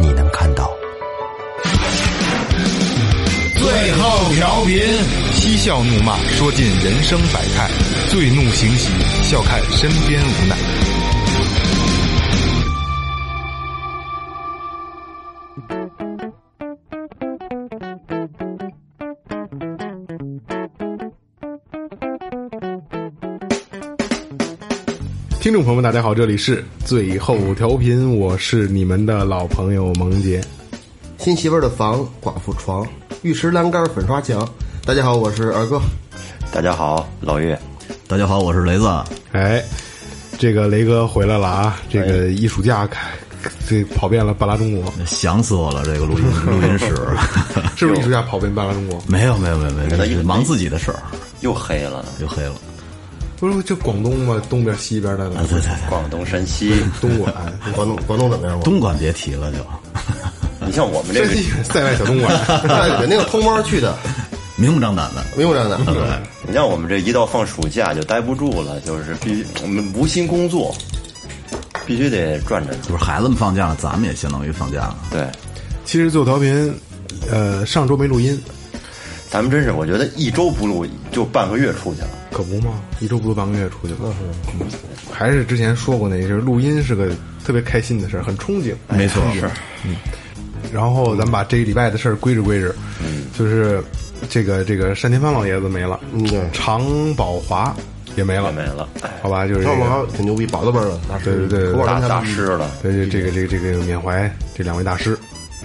你能看到。最后调频，嬉笑怒骂，说尽人生百态；醉怒行喜，笑看身边无奈。听众朋友们，大家好，这里是最后调频，我是你们的老朋友萌杰。新媳妇儿的房，寡妇床，玉石栏杆粉刷墙。大家好，我是二哥。大家好，老岳，大家好，我是雷子。哎，这个雷哥回来了啊！这个一暑假，这跑遍了半拉中国，想死我了，这个录音录音室，是不是一暑假跑遍半拉中国？没有没有没有没有，他一就是忙自己的事儿，又黑了，又黑了。不是就广东嘛，东边西边的啊，对对对，广东、山西。东莞，广东广东怎么样？啊东莞别提了就，你像我们这山个西塞外小啊东莞，哎那肯定偷摸去的，明目张胆的。明白着呢。你像我们这一到放暑假就待不住了，就是必我们无心工作，必须得转着。就是孩子们放假了，咱们也相当于放假了。对，其实做调频，呃，上周没录音，咱们真是，我觉得一周不录就半个月出去了。可不嘛，一周不如半个月出去了。嗯还是之前说过那些，录音是个特别开心的事儿，很憧憬。没错，是然后咱们把这一礼拜的事儿归置归置，就是这个这个单田芳老爷子没了，嗯对常宝华也没了，没了，哎好吧，就是这上个毛挺牛逼，宝子辈儿的大师，对对对头发大长大长师了。对这个这个这个这个缅怀这两位大师，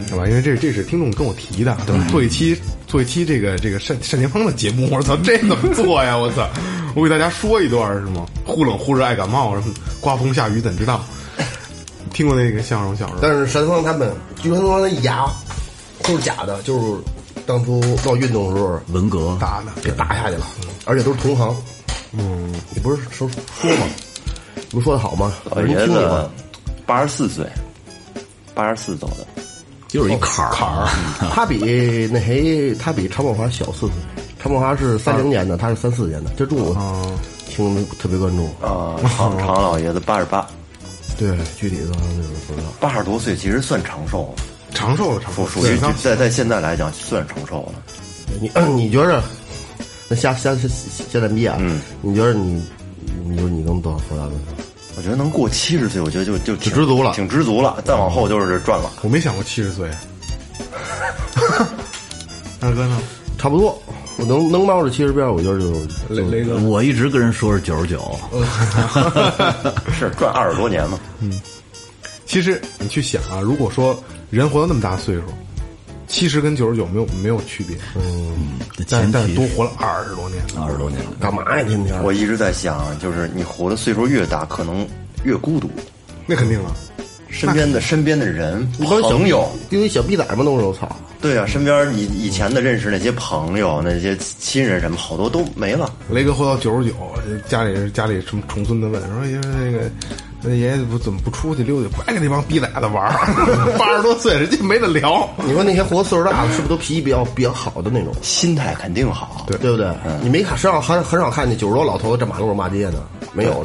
好吧？因为这这是听众跟我提的，等做一期做一期这个这个单单田芳的节目，我说操，这怎么做呀？我操，我给大家说一段是吗？忽冷忽热爱感冒，什么刮风下雨怎知道？听过那个相声，小时候但是山峰他们，据山峰的牙都是假的，就是当初闹运动的时候文革打的，给打下去了，而且都是同行。嗯，你不是说说吗？你不说的好吗？老啊有人呃爷听你吗子？八十四岁，八十四走的。就是哦一坎儿嗯坎儿，他比那谁，他比常宝华小四岁。常宝华是三零年的，他是三四年的。这中午哦听得特别关注，啊，常常老爷子八十八，对具体的就是不知道。八十多岁其实算长寿了，长寿了，长寿不了，属于健康在在现在来讲算长寿了。你 你觉着那瞎瞎瞎瞎蛋逼啊？嗯你觉着你，你说你能多少多大多少？我觉得能过七十岁，我觉得就就挺知足了挺知足了。再往后就是赚了。我没想过七十 岁。二哥呢？差不多，我能能冒着七十边，我觉得就雷雷哥，我一直跟人说是九十九，嗯是赚二十多年嘛？其实你去想啊，如果说人活到那么大岁数，七十跟九十九没有没有区别，这嗯前但但是提多活了二十多年。二十多年，干嘛呀？天天我一直在想，就是你活的岁数越大，可能越孤独，那肯定啊，身边的身边的人一帮小朋友，丢一小逼崽嘛都是我操！对啊，身边你以前的认识那些朋友、那些亲人什么，好多都没了。雷哥活到九十九，家里家里什么重孙子问说，爷那个那爷爷不怎么不出去溜达，不爱跟那帮逼崽子玩 儿，八十多岁人家没得 聊。你说那些活岁数大的，是不是都脾气比较比较好的那种？心态肯定好，对对不对？你没看，实际上很很少看见九十多老头子站马路上骂街的，没有，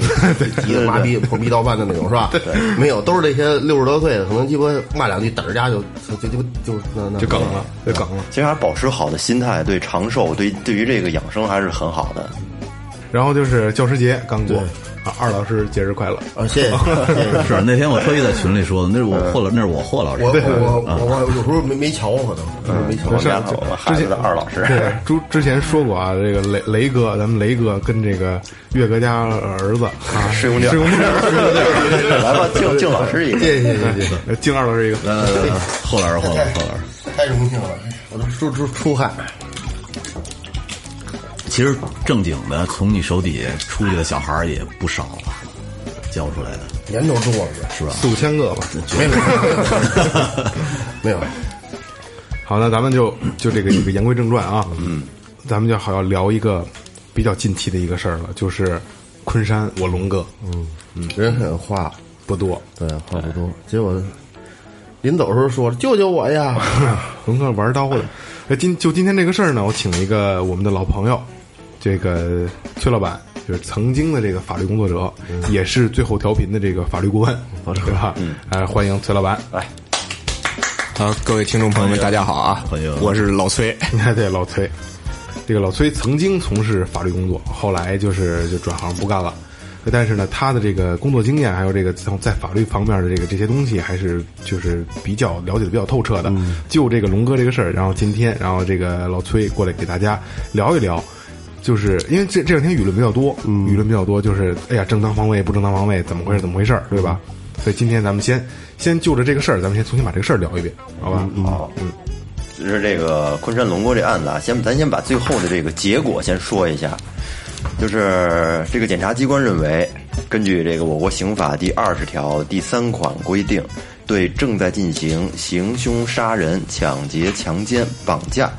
一个麻痹破逼刀办的那种是吧？没有，都是这些六十多岁的，可能鸡巴骂两句，等着家就就就就就那那就梗了，就梗了。其实还是保持好的心态，对长寿，对对于这个养生还是很好的。然后就是教师节刚过，啊，二老师节日快乐！啊！谢谢，谢谢。是那天我特意在群里说的，那是我霍老，那是我霍老师我。我我我有时候没没瞧，可能没瞧我。见了我们孩子的二老师，对，之之前说过啊，这个雷雷哥，咱们雷哥跟这个岳哥家儿子啊，师兄弟儿，师兄弟儿， 来吧，敬敬老师一个。谢谢谢谢谢谢，呃敬二老师一个。来来来来，霍老师，霍老师，霍老师。太荣幸了，我都出出出汗。其实正经的从你手底下出去的小孩儿也不少了，教出来的。年头多了，四五千个吧。没有没有，好，那咱们就就这个这个言归正传啊，嗯，咱们就好要聊一个比较近期的一个事儿了，就是昆山我龙哥，嗯，人很话不多，对话不多，结果临走的时候说了救救我呀，龙哥玩刀的。哎，今就今天这个事儿呢，我请了一个我们的老朋友，这个崔老板，就是曾经的这个法律工作者，也是最后调频的这个嗯法律顾问，对吧？哎，欢迎崔老板。啊，各位听众朋友们，大家好啊！欢迎我是老崔。 哎，对，老崔，这个老崔曾经从事法律工作，后来就是就转行不干了。但是呢，他的这个工作经验，还有这个从在法律方面的这个这些东西，还是就是比较了解的比较透彻的。就这个龙哥这个事儿，然后今天，然后这个老崔过来给大家聊一聊，就是因为这这两天舆论比较多，舆论比较多，就是哎呀，正当防卫不正当防卫，怎么回事？怎么回事儿？对吧？所以今天咱们先先就着这个事儿，咱们先重新把这个事儿聊一遍，好吧？好，就是这个昆山龙哥这案子啊，先咱先把最后的这个结果先说一下，就是这个检察机关认为，根据这个我国刑法第二十条第三款规定，对正在进行行凶杀人、抢劫、强奸、绑架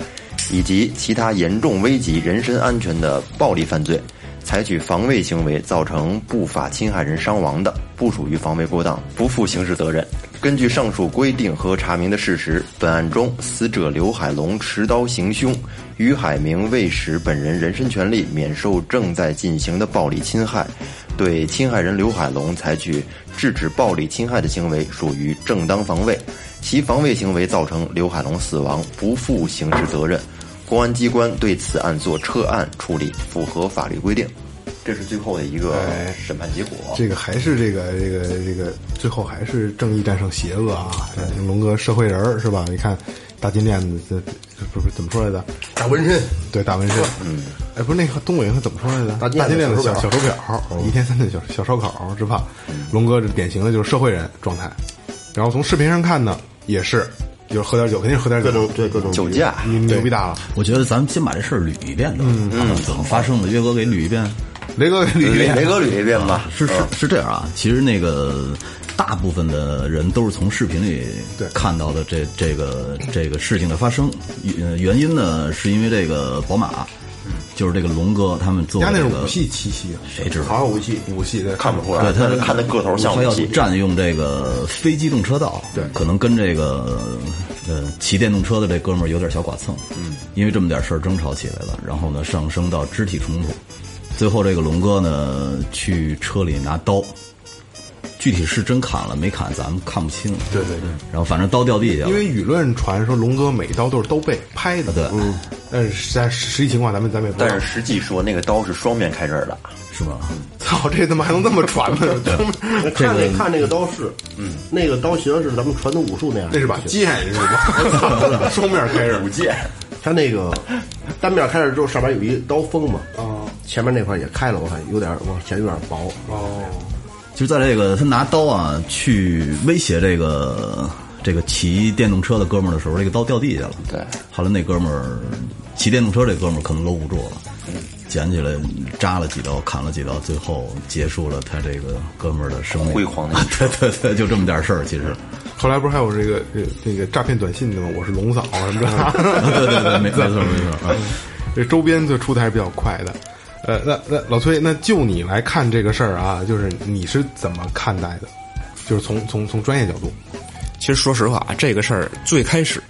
以及其他严重危及人身安全的暴力犯罪。采取防卫行为造成不法侵害人伤亡的，不属于防卫过当，不负刑事责任。根据上述规定和查明的事实，本案中死者刘海龙持刀行凶，于海明未使本人人身权利免受正在进行的暴力侵害，对侵害人刘海龙采取制止暴力侵害的行为，属于正当防卫，其防卫行为造成刘海龙死亡，不负刑事责任。公安机关对此案做撤案处理，符合法律规定。这是最后的一个哎审判结果。这个还是这个这个这个，最后还是正义战胜邪恶啊！对龙哥社会人儿是吧？你看大金链子，这这不是怎么说来着？打纹身，对，大纹身。嗯，哎，不是那个东北人怎么说来着？大金大金链链子子小小小手表，一天三顿小小烧烤是吧？龙哥这典型的就是社会人状态。然后从视频上看呢，也是，就是喝点酒，肯定是喝点各酒种，对各种酒驾，你牛逼大了。我觉得咱们先把这事儿捋一遍，嗯嗯，怎么发生的？岳哥给捋一遍。雷哥，你雷雷哥捋一遍吧。是是嗯是这样啊，其实那个大部分的人都是从视频里对看到的这这个这个事情的发生，呃原因呢是因为这个宝马，就是这个龙哥他们做家嗯那的这是个哎武，戏七夕啊，谁知好道？像武器，武戏的看不出来，对他但是看他个头像他武要器。占用这个非机动车道，对，可能跟这个呃骑电动车的这哥们儿有点小剐蹭，嗯，因为这么点事儿争吵起来了，然后呢上升到肢体冲突，最后这个龙哥呢去车里拿刀，具体是真砍了没砍咱们看不清，对对对。然后反正刀掉地下了，因为舆论传说龙哥每一刀都是刀背拍的，对嗯，但是实在实际情况咱们咱们也不知但道是。实际说，那个刀是双面开刃的，是吗？操，这他妈还能这么传 呢？看那看那个刀是，嗯，那个刀型是咱们传统武术那样，那是把剑是 吧？双面开刃，舞剑。他那个单面开始之后，上面有一刀锋嘛，哦前面那块也开了，我看有点往前有点薄，就是在这个他拿刀啊去威胁这个这个骑电动车的哥们儿的时候，这个刀掉地下了。对，后来那哥们儿骑电动车这哥们儿可能搂不住了，捡起来扎了几刀，砍了几刀，最后结束了他这个哥们儿的生命。辉煌的一对 对对，就这么点事儿，其实。后来不是还有这个这这个诈骗短信的吗？我是龙嫂啊什么 的。对对对，没没错没错。啊这周边就出的还是比较快的。呃，那那老崔，那就你来看这个事儿啊，就是你是怎么看待的？就是从从从专业角度，其实说实话，这个事儿最开始，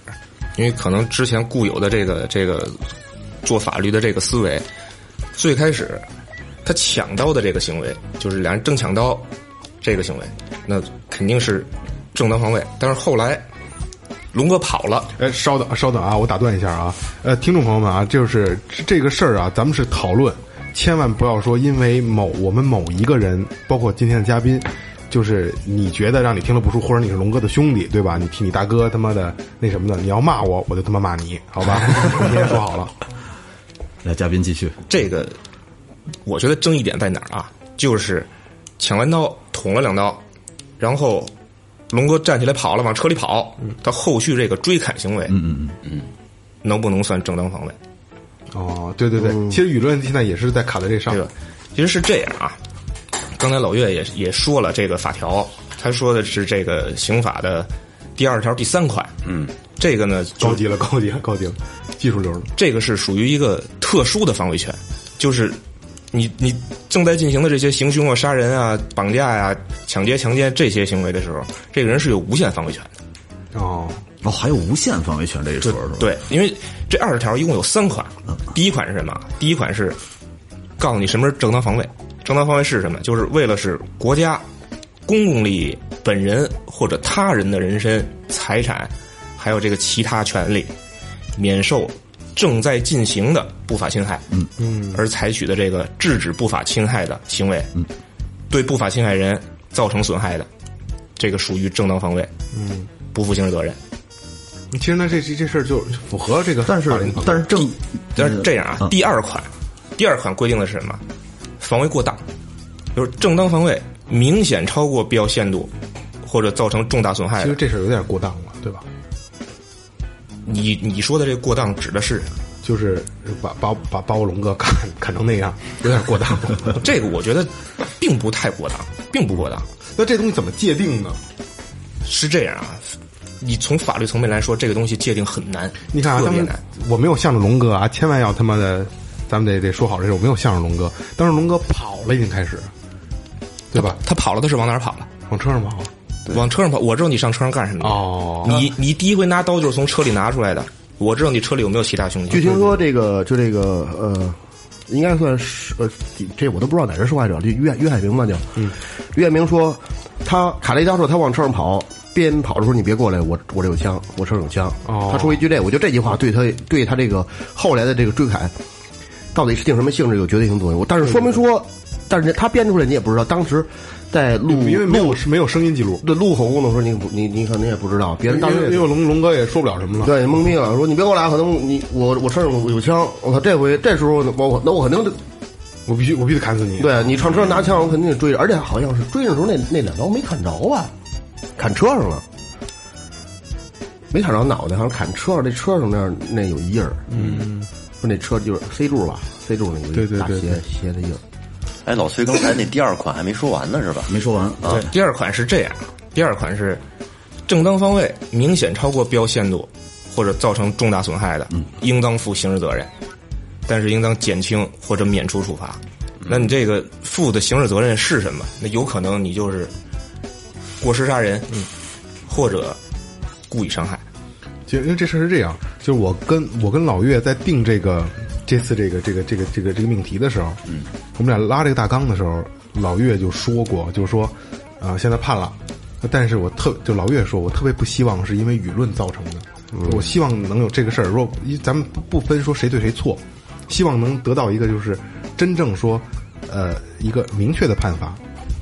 因为可能之前固有的这个这个做法律的这个思维，最开始他抢刀的这个行为，就是俩人争抢刀这个行为，那肯定是正当防卫。但是后来龙哥跑了，哎，稍等，稍等啊，我打断一下啊，呃，听众朋友们啊，就是这这个事儿啊，咱们是讨论，千万不要说因为某我们某一个人，包括今天的嘉宾，就是你觉得让你听了不舒服，或者你是龙哥的兄弟，对吧？你替你大哥他妈的那什么的，你要骂我，我就他妈骂你，好 吧？我们先说好了，来，嘉宾继续。这个我觉得争议点在哪儿啊？就是抢完刀捅了两刀，然后龙哥站起来跑了，往车里跑，他后续这个追砍行为，嗯嗯嗯能不能算正当防卫？哦，对对对，其实舆论现在也是在卡在这上这，个其实是这样啊。刚才老岳也也说了这个法条，他说的是这个刑法的第二条第三款，嗯，这个呢，就高级了，高级了，高级了，技术流了。这个是属于一个特殊的防卫权，就是你你正在进行的这些行凶啊、杀人啊、绑架呀、抢劫、强奸这些行为的时候，这个人是有无限防卫权的。哦，哦，还有无限防卫权这一说是吧？，对，因为这二十条一共有三款，第一款是什么？第一款是告诉你什么是正当防卫。正当防卫是什么？就是为了使国家、公共利益、本人或者他人的人身、财产，还有这个其他权利，免受正在进行的不法侵害，嗯嗯，而采取的这个制止不法侵害的行为，嗯，对不法侵害人造成损害的，这个属于正当防卫，嗯，不负刑事责任。其实呢，这这这事儿就符合这个法但律是层面，但是正，但是这样啊，嗯第二款，第二款规定的是什么？防卫过当，就是正当防卫明显超过必要限度，或者造成重大损害其的。实这事儿有点过当了，对吧？你你说的这个过当指的是就是把把把把我龙哥砍砍成那样，有点过当 了。这个？我觉得并不太过当，并不过当。那这东西怎么界定呢？是这样啊，你从法律层面来说，这个东西界定很难，你看啊，特当别时难。我没有向着龙哥啊，千万要他妈的，咱们得得说好这事，我没有向着龙哥。当时龙哥跑了，已经开始，对吧？他跑了，他是往哪儿跑了？往车上跑。往车上跑。我知道你上车上干什么的。哦你你第一回拿刀就是从车里拿出来的。我知道你车里有没有其他啊凶器。据听说这个就这个呃，应该算是呃，这我都不知道哪是受害者，这岳岳海明吧就，嗯，岳海明说他卡雷加说他往车上跑。边跑的时候，你别过来，我我这有枪，我车上有枪。哦他说一句这，我觉得这句话对他对他这个后来的这个追砍，到底是定什么性质有决定性作用。但是说没说，但是他编出来你也不知道，当时在录因为没有录没有声音记录，对录口供的时候，你你你可能也不知道，别人因当时也为因为龙龙哥也说不了什么了。 对，懵逼了，说你别给我俩，可能你我我车上有有枪，我操，这回这时候我那我肯定得我必须我必须得砍死你。，对你上车上拿枪，我肯定得追着，而且好像是追的时候那那两刀没砍着啊吧，砍车上了，没砍着脑袋，好像砍车上，那车上那儿那有一印儿，嗯，说那车就是 C 柱吧，C 柱那对个对大对斜斜的印儿，哎，老崔刚才那第二款还没说完呢，是吧？没说完啊，对， 第二款是这样，第二款是正当防卫明显超过标限度或者造成重大损害的，应当负刑事责任，但是应当减轻或者免除处罚。那你这个负的刑事责任是什么？那有可能你就是过失杀人，或者故意伤害。就因为这事儿是这样，就是我跟我跟老岳在定这个这次这个这个这个这个这个命题的时候，嗯，我们俩拉这个大纲的时候，老岳就说过，就说，啊、现在判了，但是我特就老岳说，我特别不希望是因为舆论造成的，我希望能有这个事儿，如果一咱们不不分说谁对谁错，希望能得到一个就是真正说，呃，一个明确的判罚，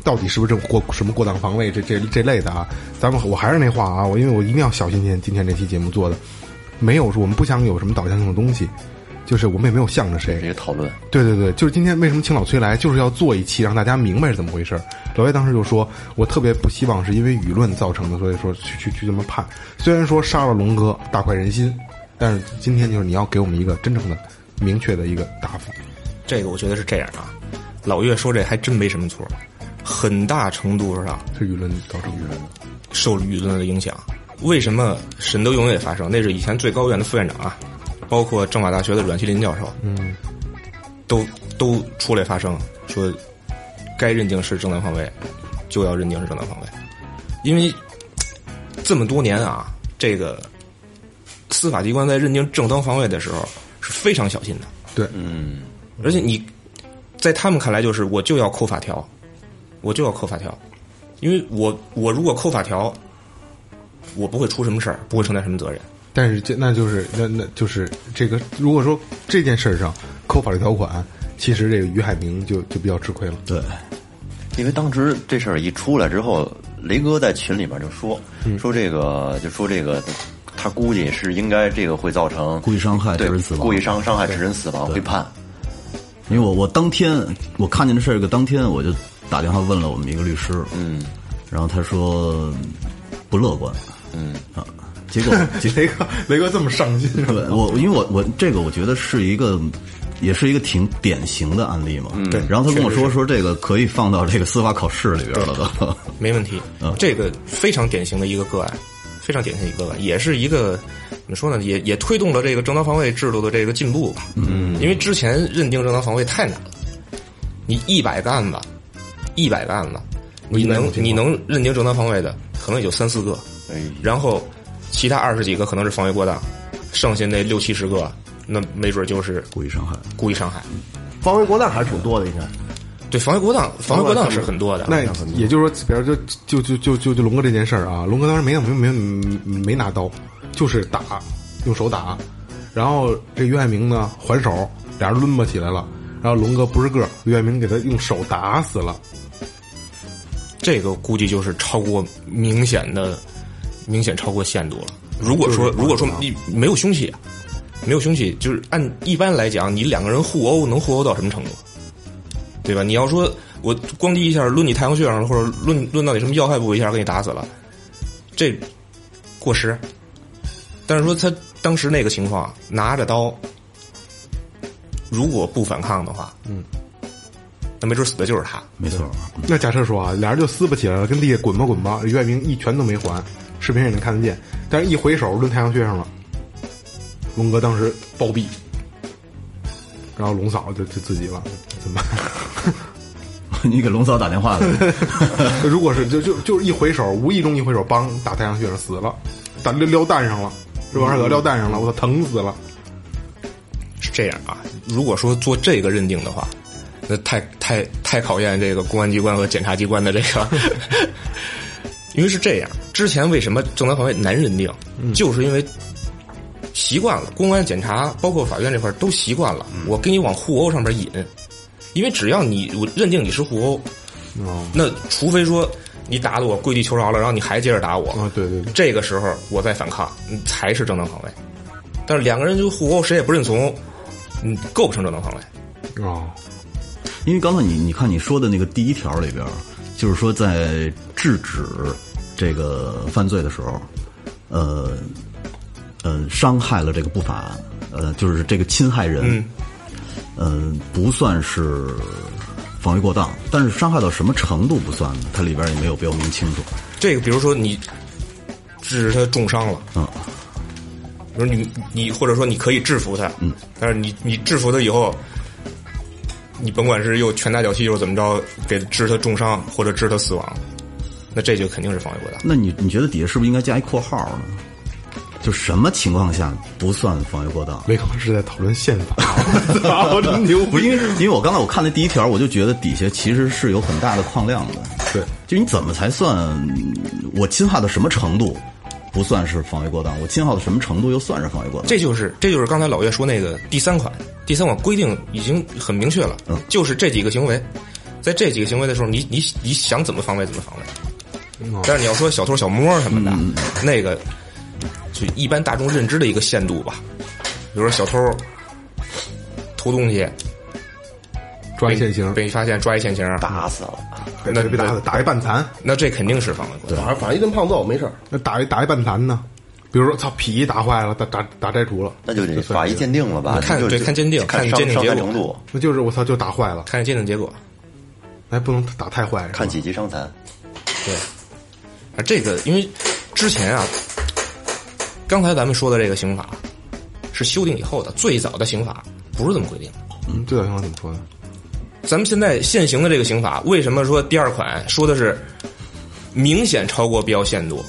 到底是不是这种过什么过当防卫这这这类的啊？咱们我还是那话啊，我因为我一定要小心今天今天这期节目做的，没有说我们不想有什么导向性的东西，就是我们也没有向着这谁。个讨论，对对对，就是今天为什么请老崔来，就是要做一期让大家明白是怎么回事儿。老岳当时就说，我特别不希望是因为舆论造成的，所以说去去去这么判。虽然说杀了龙哥大快人心，但是今天就是你要给我们一个真正的、明确的一个答复。这个我觉得是这样啊，老岳说这还真没什么错，很大程度上是舆论造成舆论的。受舆论的影响。为什么沈德永也发生？那是以前最高院的副院长啊，包括政法大学的阮锡林教授，嗯，都都出来发声说，该认定是正当防卫，就要认定是正当防卫，因为嘖这么多年啊，这个司法机关在认定正当防卫的时候是非常小心的，对，而且你在他们看来就是我就要扣法条，我就要扣法条，因为我我如果扣法条，我不会出什么事儿，不会承担什么责任。但是这那就是那那就是这个，如果说这件事儿上扣法律条款，其实这个于海明就就比较吃亏了。 对，因为当时这事儿一出来之后，雷哥在群里面就说嗯说这个，就说这个，他估计是应该这个会造成故意伤害对致人死亡故意伤伤害致人死亡会判。因为我我当天我看见这个当天我就打电话问了我们一个律师，嗯，然后他说不乐观，嗯啊，结果结雷哥，雷哥这么上心 是吧？对我，因为我我这个我觉得是一个，也是一个挺典型的案例嘛。嗯对、然后他跟我说说这个可以放到这个司法考试里边了都。嗯没问题，这个非常典型的一个个案，非常典型一个案，也是一个怎么说呢，也也推动了这个正当防卫制度的这个进步吧。嗯，因为之前认定正当防卫太难了，你一百个案子，一百个案子，你能你能认定正当防卫的可能也就三四个，哎，然后其他二十几个可能是防卫过当，剩下那六七十个，那没准就是故意伤害。故意伤害。防卫国难还是挺多的，应该。对，防卫过当，防卫过当是很多的。啊那也就是说，比如就就就就就就龙哥这件事儿啊，龙哥当时没没没没拿刀，就是打，用手打，然后这于海明呢还手，俩人抡巴起来了，然后龙哥不是个儿，于海明给他用手打死了，这个估计就是超过明显的、明显超过限度了。如果说如果说你没有凶器啊，没有凶器，就是按一般来讲，你两个人互殴能互殴到什么程度，对吧？你要说我咣叽一下抡你太阳穴上了，或者抡抡到你什么要害部位一下给你打死了，这过失。但是说他当时那个情况，拿着刀，如果不反抗的话，嗯，那没准死的就是他。没错，那假设说啊，俩人就撕吧起来了，跟地下滚吧滚吧，于爱明一拳都没还，视频也能看得见，但是一回手抡太阳穴上了，龙哥当时暴毙，然后龙嫂就就自己了，怎么你给龙嫂打电话了，办？ 如果是就就就是一回手，无意中一回手，梆打太阳穴上死了，打撩撩蛋上了，这玩意儿搁撩蛋上了，我操，疼死了！是这样啊，如果说做这个认定的话，那太太太考验这个公安机关和检察机关的这个，因为是这样。之前为什么正当防卫难认定，就是因为习惯了，公安、检察包括法院这块儿都习惯了，我给你往互殴上面引，因为只要你我认定你是互殴，那除非说你打的我跪地求饶了，然后你还接着打我，啊，对对对，这个时候我再反抗，嗯才是正当防卫。但是两个人就互殴，谁也不认怂，嗯，构不成正当防卫。哦，因为刚才你你看你说的那个第一条里边，就是说在制止这个犯罪的时候，呃呃，伤害了这个不法，呃，就是这个侵害人，嗯呃，不算是防卫过当，但是伤害到什么程度不算呢？它里边也没有标明清楚。这个比如说你致他重伤了，嗯，比如你你或者说你可以制服他，嗯，但是你你制服他以后，你甭管是又拳打脚踢又怎么着，给致他重伤或者致他死亡，那这就肯定是防卫过当。那你你觉得底下是不是应该加一括号呢？就什么情况下不算防卫过当？没考是在讨论宪法，我操，真牛不是因逼！为因为我刚才我看那第一条，我就觉得底下其实是有很大的矿量的。对，就你怎么才算我侵害到什么程度不算是防卫过当？我侵害到什么程度又算是防卫过当？这就是这就是刚才老岳说那个第三款，第三款规定已经很明确了，嗯就是这几个行为，在这几个行为的时候，你你你想怎么防卫怎么防卫。但是你要说小偷小摸什么的，那个就一般大众认知的一个限度吧。比如说小偷偷东西，抓一现行，被你发现抓一现行，打死了，那别打死打一半残，那这肯定是防卫过当。反正反正一顿胖揍没事儿。那打一打一半残呢？比如说，操，皮打坏了，打打打摘除了，那就得法医鉴定了吧？看就对看鉴定看看伤鉴定伤结害果程度，那就是我操，就打坏了，看鉴定结果，还不能打太坏，是吧看几级伤残。啊，这个因为之前啊，刚才咱们说的这个刑法是修订以后的，最早的刑法不是这么规定的。嗯，最早情况怎么说呢？咱们现在现行的这个刑法，为什么说第二款说的是明显超过必要限度？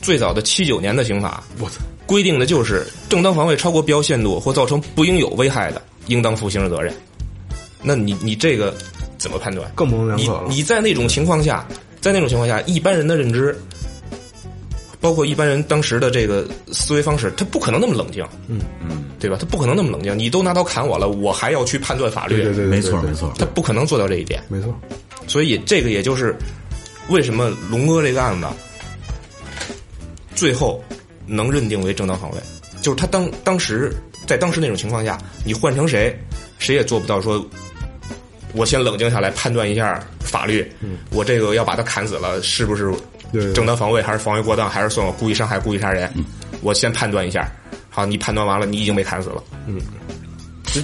最早的七九年的刑法我操，规定的就是正当防卫超过必要限度或造成不应有危害的，应当负刑事责任。那你你这个怎么判断？更模棱两你可了。你在那种情况下，在那种情况下，一般人的认知，包括一般人当时的这个思维方式，他不可能那么冷静，嗯嗯，对吧？他不可能那么冷静。你都拿刀砍我了，我还要去判断法律，对对对，对没错对没错，他不可能做到这一点。没错。 所以这个也就是为什么龙哥这个案子最后能认定为正当防卫，就是他当当时在当时那种情况下，你换成谁，谁也做不到说。我先冷静下来判断一下法律，我这个要把他砍死了，是不是对对正当防卫，还是防卫过当，还是算我故意伤害、故意杀人？我先判断一下。好，你判断完了，你已经被砍死了。嗯，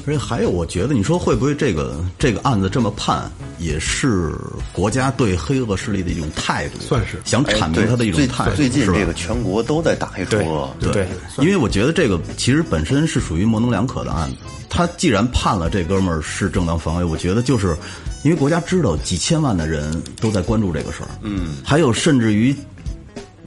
而且还有，我觉得你说会不会这个这个案子这么判，也是国家对黑恶势力的一种态度，算是想哎阐对明他的一种最态度。最近是吧这个全国都在打黑除恶，对 对因为我觉得这个其实本身是属于模棱两可的案子。他既然判了这哥们儿是正当防卫，我觉得就是因为国家知道几千万的人都在关注这个事儿，嗯，还有甚至于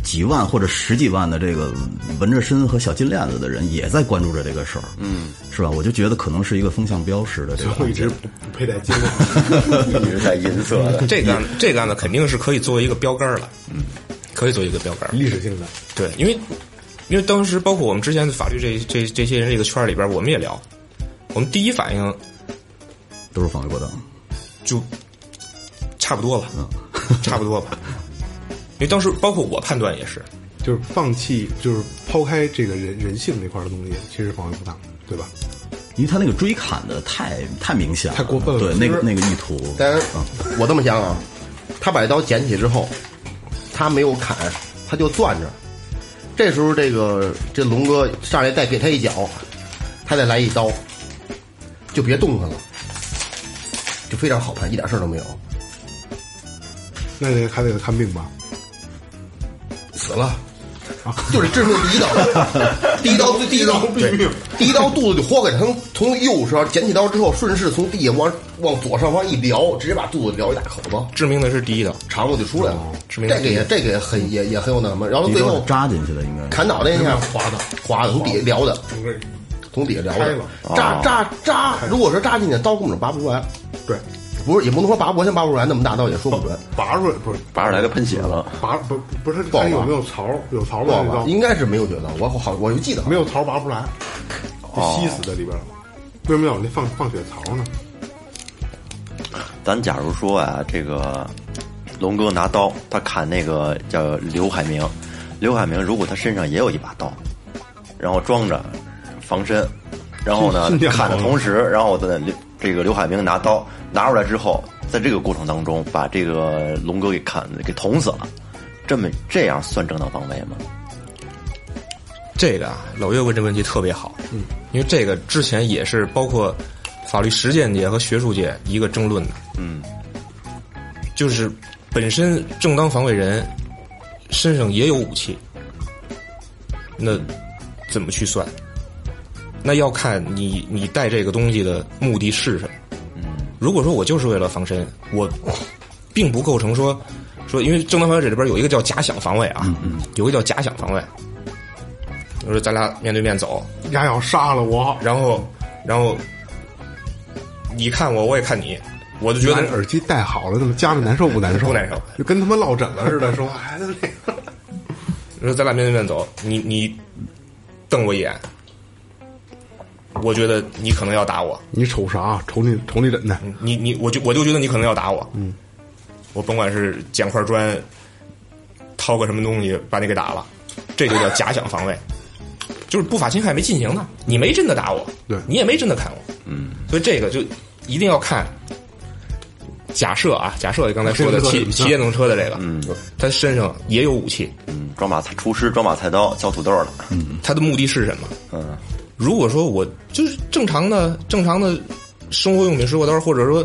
几万或者十几万的这个纹着身和小金链子的人也在关注着这个事儿，嗯，是吧？我就觉得可能是一个风向标识的这个案我一件，直不佩戴金链。一直在银色的。这个案这个案子肯定是可以作为一个标杆儿了，嗯，可以作为一个标杆儿。历史性的，对，因为因为当时包括我们之前的法律这这这些人这个圈儿里边儿，我们也聊，我们第一反应都是防卫过当。就差不多吧，差不多吧。因为当时包括我判断也是，就是放弃，就是抛开这个人人性那块儿的东西，其实防卫不当，对吧？因为他那个追砍的太太明显了，太过分了对，那个那个意图，但是我这么想啊，他把刀捡起之后，他没有砍，他就攥着。这时候，这个这龙哥上来再给他一脚，他再来一刀，就别动他了，就非常好判，一点事儿都没有，那得还得看病吧？死了。就是致命第一刀， 第一刀啊最第一刀对，第一刀肚子就豁开，他从从右手捡起刀之后，顺势从地下往往左上方一撩，直接把肚子撩一大口子。致命的是第一刀，肠子就出来了。致这命的个也这个也很也也很有那什么。然后你最都是后扎进去的，应该是砍脑袋那下划的，划的从底下撩的，整个从底下撩开的了，扎扎扎。如果说扎进去，刀根本拔不出来，对，不是也不能说拔不，先拔不出来那么大刀也说不准，拔出来不是拔出来给喷血了，拔不不是好拔看有没有槽儿，有槽儿不吗好？那吧？刀应该是没有觉得，我好我就记得没有槽儿拔不出来，就吸死在里边了。为什么要有那放放血槽呢？咱假如说啊，这个龙哥拿刀，他砍那个叫刘海明，刘海明如果他身上也有一把刀，然后装着防身，然后 呢是这样砍的吗同时，然后的刘这个刘海明拿刀拿出来之后，在这个过程当中把这个龙哥给砍给捅死了，这么这样算正当防卫吗？这个啊，老岳问这问题特别好，嗯，因为这个之前也是包括法律实践界和学术界一个争论的，嗯，就是本身正当防卫人身上也有武器，那怎么去算？那要看你你带这个东西的目的是什么。嗯，如果说我就是为了防身，我并不构成说说，因为正当防卫者这边有一个叫假想防卫啊，有一个叫假想防卫。我说咱俩面对面走，丫要杀了我，然后，然后你看我，我也看你，我就觉把得耳机戴好了，那么夹着难受不 难受？不难受就跟他妈落枕了似的，说话还是那个。我说咱俩面对面走，你你瞪我一眼，我觉得你可能要打我，你瞅啥？瞅你瞅你枕的，你你我就我就觉得你可能要打我，嗯，我甭管是捡块砖，掏个什么东西把你给打了，这就叫假想防卫，就是不法侵害没进行呢，你没真的打我，对你也没真的砍我，嗯，所以这个就一定要看。假设啊，假设刚才说的这个骑很骑电动车的这个，嗯，他身上也有武器，嗯，装把菜厨师装把菜刀削土豆了，他的目的是什么？嗯，如果说我就是正常的、正常的生活用品、生活刀，或者说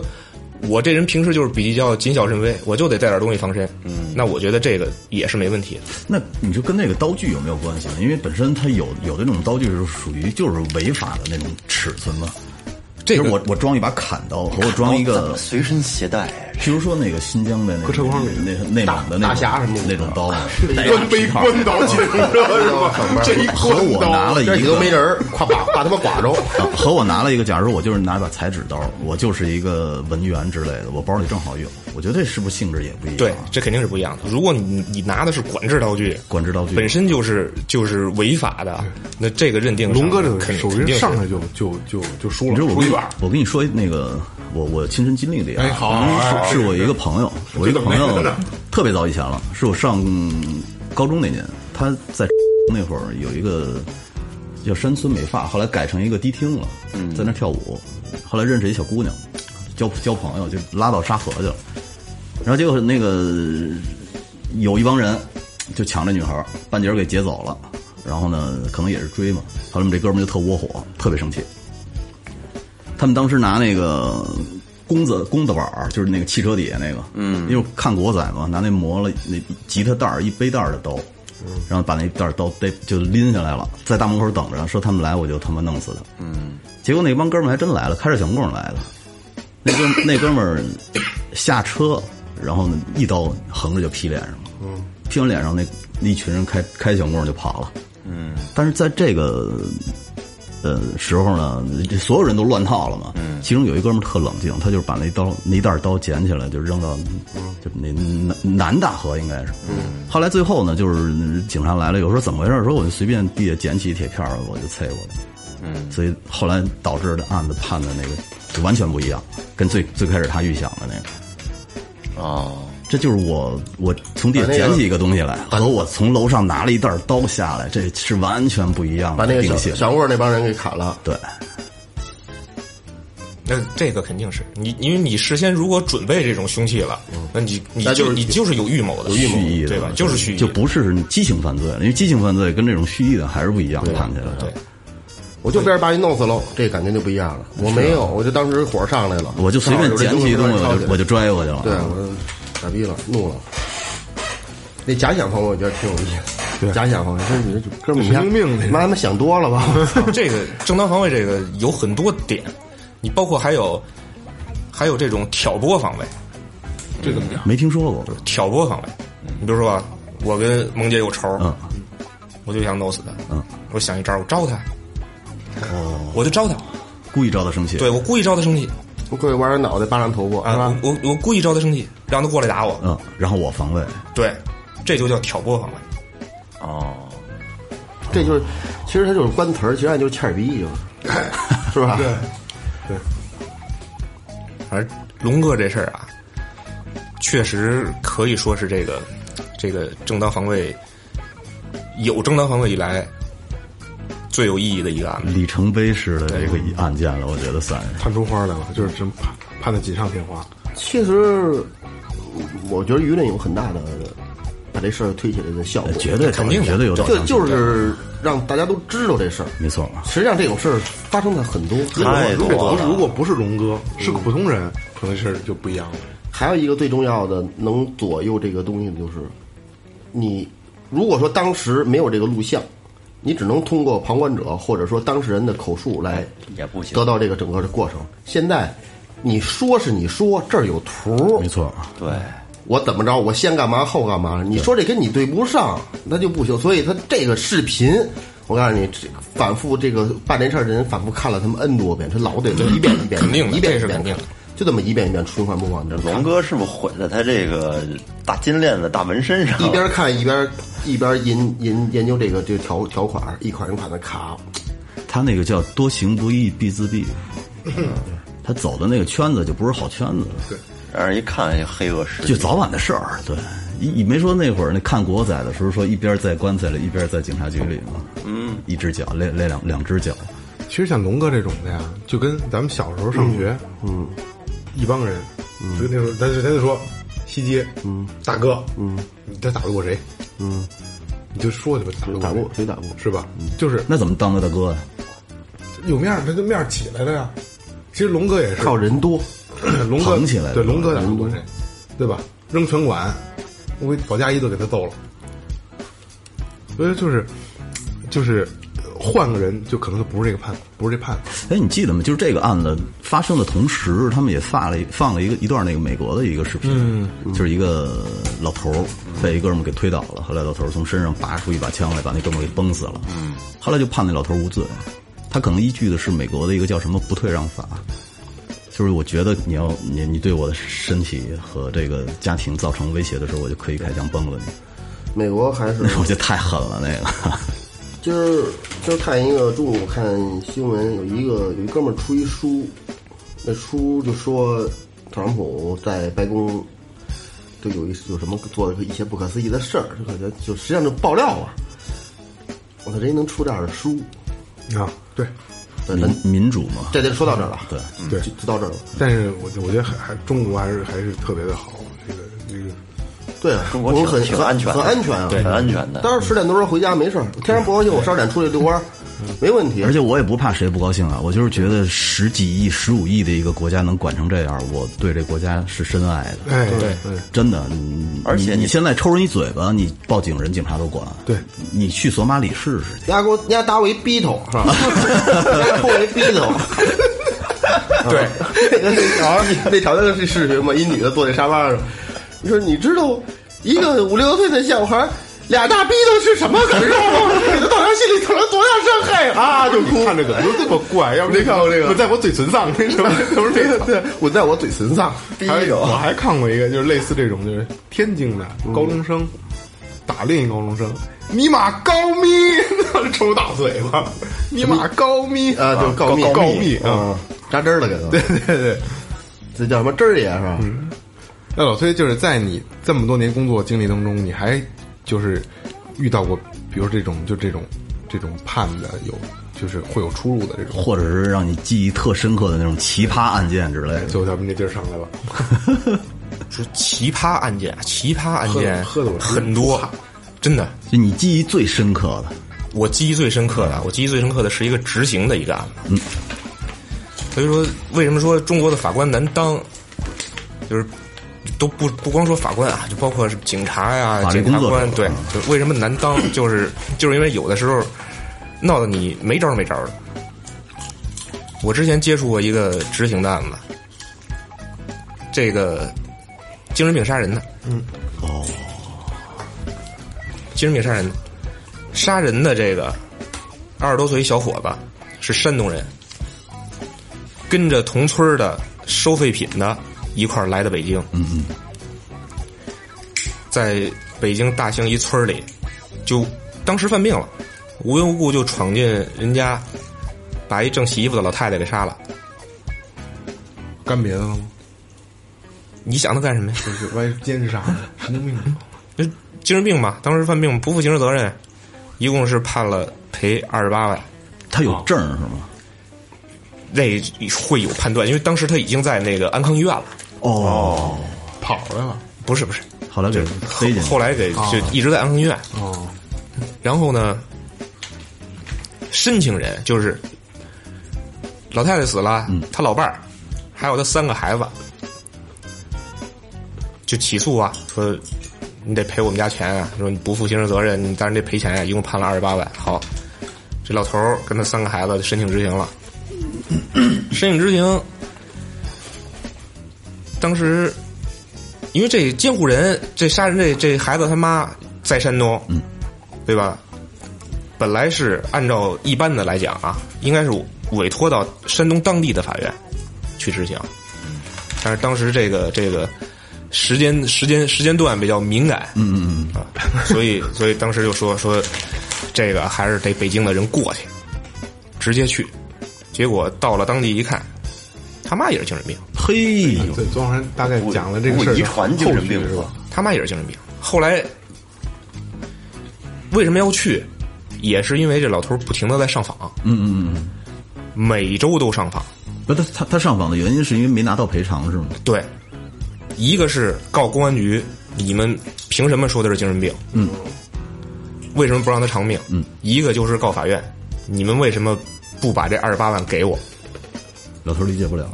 我这人平时就是比较谨小慎微，我就得带点东西防身。嗯，那我觉得这个也是没问题的。那你就跟那个刀具有没有关系呢？啊因为本身它有有的那种刀具是属于就是违法的那种尺寸了。这个就是我我装一把砍刀和我装一然后怎么个，随身携带啊譬如说那个新疆的那个那内蒙的那大侠种什么的那种 刀，啊关杯关刀进车是吧？这一和我关拿刀，了一这个几个没人儿，快把把他们剐着。啊和我拿了一个，假如我就是拿一把裁纸刀，我就是一个文员之类的，我包里正好有，我觉得这是不是性质也不一样？对，这肯定是不一样的。如果你你拿的是管制刀具，管制刀具本身就是就是违法的，那这个认定上龙哥这个肯属肯于定是上来就就就就输你了，知道输我跟一你半儿。我跟你说那个我我亲身经历的一个案哎子，好好好是是我一个朋友，我一个朋这怎么友没呢特别早以前了，是我上高中那年，他在 那会儿有一个叫山村美发，后来改成一个迪厅了，嗯在那跳舞，后来认识一小姑娘，交交朋友就拉到沙河去了，然后结果那个有一帮人就抢这女孩儿，半截儿给劫走了。然后呢，可能也是追嘛。后来我们这哥们儿就特窝火，特别生气，他们当时拿那个弓子弓子板儿，就是那个汽车底下那个，嗯，因为我看国仔嘛，拿那磨了那吉他袋儿一背带儿的刀，然后把那袋儿刀逮就拎下来了，在大门口等着，说他们来我就他妈弄死他，嗯，结果那帮哥们儿还真来了，开着小棍儿来的，那 哥那哥们儿下车，然后呢一刀横着就劈脸上了，嗯，劈完脸上那那一群人开开小棍儿就跑了，嗯，但是在这个呃时候呢，这所有人都乱套了嘛。嗯，其中有一哥们儿特冷静，他就是把那刀那一袋刀捡起来，就扔到就那南南大河应该是。嗯，后来最后呢，就是警察来了，有时候怎么回事儿？说我就随便地下捡起铁片儿，我就啐过去。嗯，所以后来导致的案子判的那个就完全不一样，跟最最开始他预想的那个。哦，这就是我我从地下捡起一个东西来，和我从楼上拿了一袋刀下来，这是完全不一样把的那个定小性。小棍儿那帮人给砍了。对，那这个肯定是你，因为你事先如果准备这种凶器了，那你你那就就是你就是有预谋的，蓄意的，啊嗯对吧？就是蓄意，就不是激情犯罪了，因为激情犯罪跟这种蓄意的还是不一样，看起来对。啊我就别人把你弄死喽，这感觉就不一样了。我没有，我就当时火上来了，我就随便捡起一东西，我就啊我就就拽过去了。对我傻逼了，怒了。那假想方面我觉得挺有意思，假想方面，这你这 哥们儿神经病这是妈他妈想多了吧？ 我操 这个正当防卫这个有很多点，你包括还有还有这种挑拨防卫，啊没听说过。挑拨防卫。你比如说啊，我跟萌姐有仇，嗯，我就想弄死他，嗯，哦我想一招，我招他，我就招他，故意招他生气。对我故意招他生气我各位玩人脑袋，扒拉头部，是啊吧，？我我我故意招他生气，让他过来打我，嗯，然后我防卫，对，这就叫挑拨防卫。哦，这就是，其实它就是官词儿，其实按就是欠儿逼，就是，是吧？对，反正龙哥这事儿啊，确实可以说是这个这个正当防卫有正当防卫以来最有意义的一个案嗯子。里程碑式的这个案件了，我觉得算是。看出花来了，就是真盼盼的锦上添花。其实我觉得舆论有很大的把这事儿推起来的效果，呃绝对肯定的绝对有点就就是让大家都知道这事儿。没错。啊实际上这种事儿发生在很多，太如多果不是了如果不是龙哥，是个普通人，可能事儿就不一样了。还有一个最重要的能左右这个东西的就是，你如果说当时没有这个录像，你只能通过旁观者或者说当事人的口述来也不行得到这个整个的过程。现在你说是你说，这儿有图，没。错，对，我怎么着？我先干嘛后干嘛？你说这跟你对不上，那就不行。所以他这个视频，我告诉你，这反复这个办这事儿的人反复看了他们 N 多遍，他老得一遍一遍，嗯肯定的一遍这一是遍肯定的看，就这么一遍一遍循环播放。你知道吗龙哥是不是毁在他这个大金链子、大纹身上？一边看一边一边研研研究这个这个条条款，一款一款的卡，他那个叫多行不义必 自毙，他走的那个圈子就不是好圈子。对。让人一看就黑恶势就力，早晚的事儿，对。你你没说那会儿那看国仔的时候，说一边在棺材里，一边在警察局里嘛，嗯，一只脚，那那两两只脚，其实像龙哥这种的呀，就跟咱们小时候上学，嗯，一帮人，就那时候，咱就咱就说西街，嗯，大哥，嗯，你这打得过谁？嗯，你就说去吧，打得打不过嗯过谁打不过是吧？就是那怎么当他大哥呀、有面儿，他就面儿起来了呀。其实龙哥也是，靠人多， 龙哥捧起来的对龙哥打得过谁？对吧？扔拳馆，我给保加一都给他揍了。所以就是就是换个人，就可能就不是这个判，不是这判。哎，你记得吗？就是这个案子发生的同时，他们也发了一放了一个一段那个美国的一个视频，就是一个老头儿被一哥们儿给推倒了，后来老头儿从身上拔出一把枪来，把那哥们儿给崩死了。嗯，后来就判那老头儿无罪，他可能依据的是美国的一个叫什么不退让法，就是我觉得你要你你对我的身体和这个家庭造成威胁的时候，我就可以开枪崩了你。 美国还 是那我觉得太狠了，那个 今儿今儿看一个中午看新闻，有一个有一哥们儿出一书，那书就说特朗普在白宫就有一有什么做了一些不可思议的事儿，就感觉就实际上就爆料啊！我操，人家能出这样的书，啊，对，对，咱民民主嘛，这就说到这儿了，对，对就就到这儿了。但是我我觉得还还中国还是还是特别的好，这个这个对啊，中国我挺很挺很安全的很安全啊，对很安全的当时十点多钟回家没事儿，天然不高兴，我十二点出去遛弯儿，没问题。而且我也不怕谁不高兴啊，我就是觉得十几亿、十五亿的一个国家能管成这样，我对这国家是深爱的。哎，对真的，你而且你你你现在抽人一嘴巴，你报警人警察都管。对，你去索马里试试去。丫给我丫搭我一逼头， 是吧？丫扣我一逼头。 对，然后那条件是视频嘛，一女的坐在沙发上，你说你知道一个五六岁的小孩俩大逼头是什么啊感受吗？ 给他当时心里头多大伤害啊！啊，就哭，看着可不是这么怪，要不没看过这个我在我嘴唇上那 什么，都是这个。对，我在我嘴唇上，哎还有，我还看过一个，就是类似这种，就是天津的嗯高中生、打另一高中生，尼玛高咪，抽大嘴巴，尼玛高咪啊，就告密高密啊！啊，扎针儿了给他，对对对，这叫什么针儿爷是吧？那老崔就是在你这么多年工作经历当中，你还就是遇到过，比如这种就这种这种判的有，就是会有出入的这种，或者是让你记忆特深刻的那种奇葩案件之类的，就咱们这劲儿上来了，说奇葩案件，啊奇葩案件喝得我直很多，真的。就你记忆最深刻的，我记忆最深刻的，我记忆最深刻的是一个执行的一个案子。嗯，所以说，为什么说中国的法官难当？就是都不不光说法官啊，就包括是警察呀、法律检察工作官，者对嗯，就为什么难当？就是就是因为有的时候闹得你没招儿没招儿的。我之前接触过一个执行的案子，这个精神病杀人的，嗯，哦，精神病杀人的，杀人的这个二十多岁一小伙子是山东人，跟着同村儿的收废品的一块儿来的北京。嗯嗯，在北京大兴一村儿里，就当时犯病了，无缘无故就闯进人家，把一正洗衣服的老太太给杀了。干别的了吗？你想他干什么呀？就是万一奸杀呢，神经病吗？就精神病嘛，当时犯病不负刑事责任，一共是判了赔二十八万。他哦有证儿是吗？那会有判断，因为当时他已经在那个安康医院了。哦，跑来了，不是不是，后来给后塞进去后，来给就一直在安康医院。哦，然后呢，申请人就是老太太死了，她老伴儿，还有她三个孩子，就起诉啊，说你得赔我们家钱啊，说你不负刑事责任，你当然得赔钱啊呀、一共判了二十八万。好，这老头儿跟他三个孩子就申请执行了， 申请执行，当时。因为这监护人这杀人这这孩子他妈在山东，嗯，对吧？本来是按照一般的来讲啊，应该是委托到山东当地的法院去执行，但是当时这个这个时间时间时间段比较敏感，嗯嗯嗯啊，所以所以当时就说说这个还是得北京的人过去，直接去，结果到了当地一看，他妈也是精神病。嘿， 对，昨晚上大概讲了这个事儿遗的传精神病后续是吧？？他妈也是精神病。后来为什么要去？也是因为这老头儿不停的在上访，嗯嗯嗯，每周都上访。不，他他他上访的原因是因为没拿到赔偿是吗？对，一个是告公安局，你们凭什么说他是精神病？嗯，为什么不让他偿命？嗯，一个就是告法院，你们为什么不把这二十八万给我？老头儿理解不了。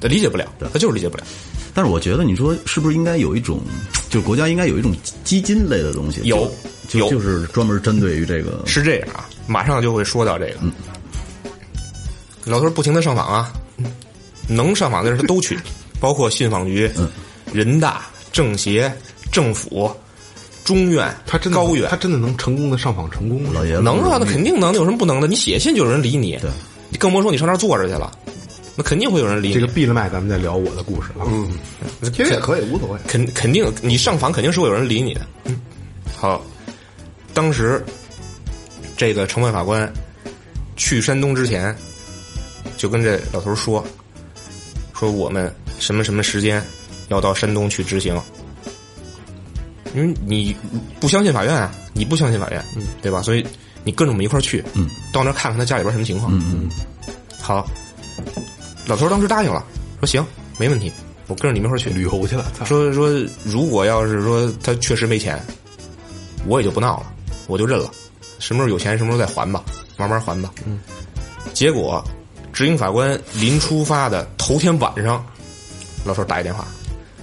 他理解不了，他就是理解不了。但是我觉得你说是不是应该有一种，就是国家应该有一种基金类的东西，有就有就就是专门针对于这个是这样啊，马上就会说到这个。嗯老头儿不停的上访啊，能上访的人他都去，包括信访局、嗯人大、政协、政府、中院、他真的高院他，真的能成功的上访成功吗？老爷子能啊，那肯定能，有什么不能的？你写信就有人理你，对你更甭说你上那儿坐着去了，那肯定会有人理你。这个闭了麦，咱们再聊我的故事啊。嗯，其实也可以，无所谓。肯肯定你上访肯定是会有人理你的。嗯，好，当时这个城外法官去山东之前，就跟这老头说，说我们什么什么时间要到山东去执行，因为你不相信法院啊，你不相信法院，嗯，对吧？所以你跟着我们一块儿去，嗯，到那儿看看他家里边什么情况，嗯嗯。好，老头当时答应了，说行，没问题，我跟着你们一块儿去。旅游去了，操！说说，如果要是说他确实没钱，我也就不闹了，我就认了。什么时候有钱，什么时候再还吧。慢慢还吧。嗯，结果执行法官临出发的头天晚上，老头儿打一电话，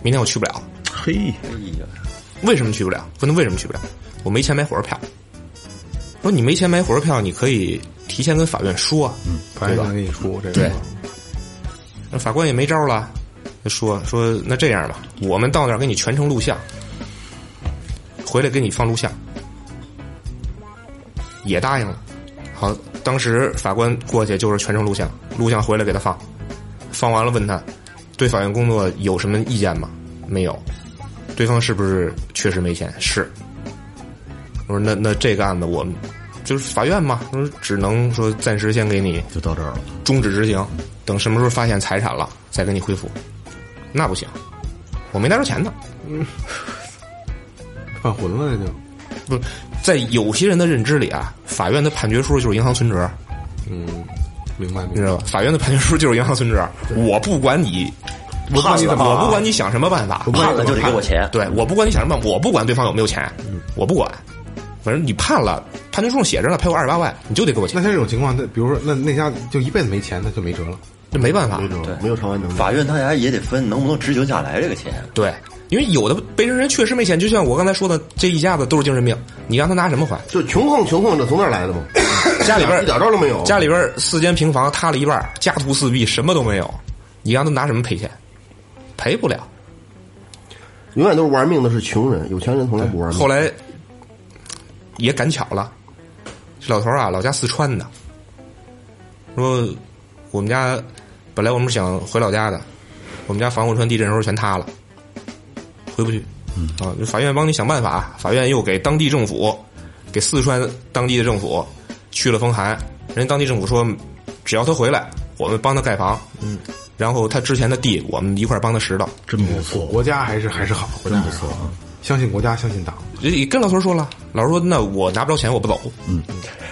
明天我去不了。嘿，为什么去不了？问他为什么去不了？我没钱买火车票。我说你没钱买火车票，你可以提前跟法院说啊。嗯，反正能给你出这个。对那法官也没招了，就说说那这样吧，我们到那儿给你全程录像，回来给你放录像，也答应了。好，当时法官过去就是全程录像，录像回来给他放，放完了问他对法院工作有什么意见吗？没有。对方是不是确实没钱？是。我说那那这个案子我们就是法院嘛，我说只能说暂时先给你就到这儿了。终止执行，等什么时候发现财产了再给你恢复。那不行，我没拿着钱呢。犯浑了那就。不是，在有些人的认知里啊，法院的判决书就是银行存折，明白你明知白。道吧？法院的判决书就是银行存折。我不管你，我不管你怎么，我不管你想什么办法，我判了就得给我钱。对，我不管你想什么办法，我不管对方有没有钱，我不管，反正你判了，判决书上写着了，赔我二十八万，你就得给我那钱，像这种情况，那比如说那那家就一辈子没钱，那就没辙了。这没办法。没有偿还能力。法院他还也得分能不能执行下来这个钱。对，因为有的被人人确实没钱，就像我刚才说的，这一家子都是精神病，你让他拿什么还？就穷横穷横，这从那儿来的 吗？家里边儿一点招都没有。家里边儿四间平房塌了一半儿，家徒四壁，什么都没有，你让他拿什么赔钱？赔不了。永远都是玩命的是穷人，有钱人从来不玩命。后来也赶巧了，这老头儿啊，老家四川的，说我们家本来我们是想回老家的，我们家防护川地震时候全塌了，回不去。啊，法院帮你想办法，啊法院又给当地政府，给四川当地的政府去了封函，人家当地政府说，只要他回来，我们帮他盖房。嗯，然后他之前的地，我们一块儿帮他拾掇。真不错，国家还是还是好，国家不错啊！相信国家，相信党。也跟老头说了，老头说那我拿不着钱，我不走。嗯，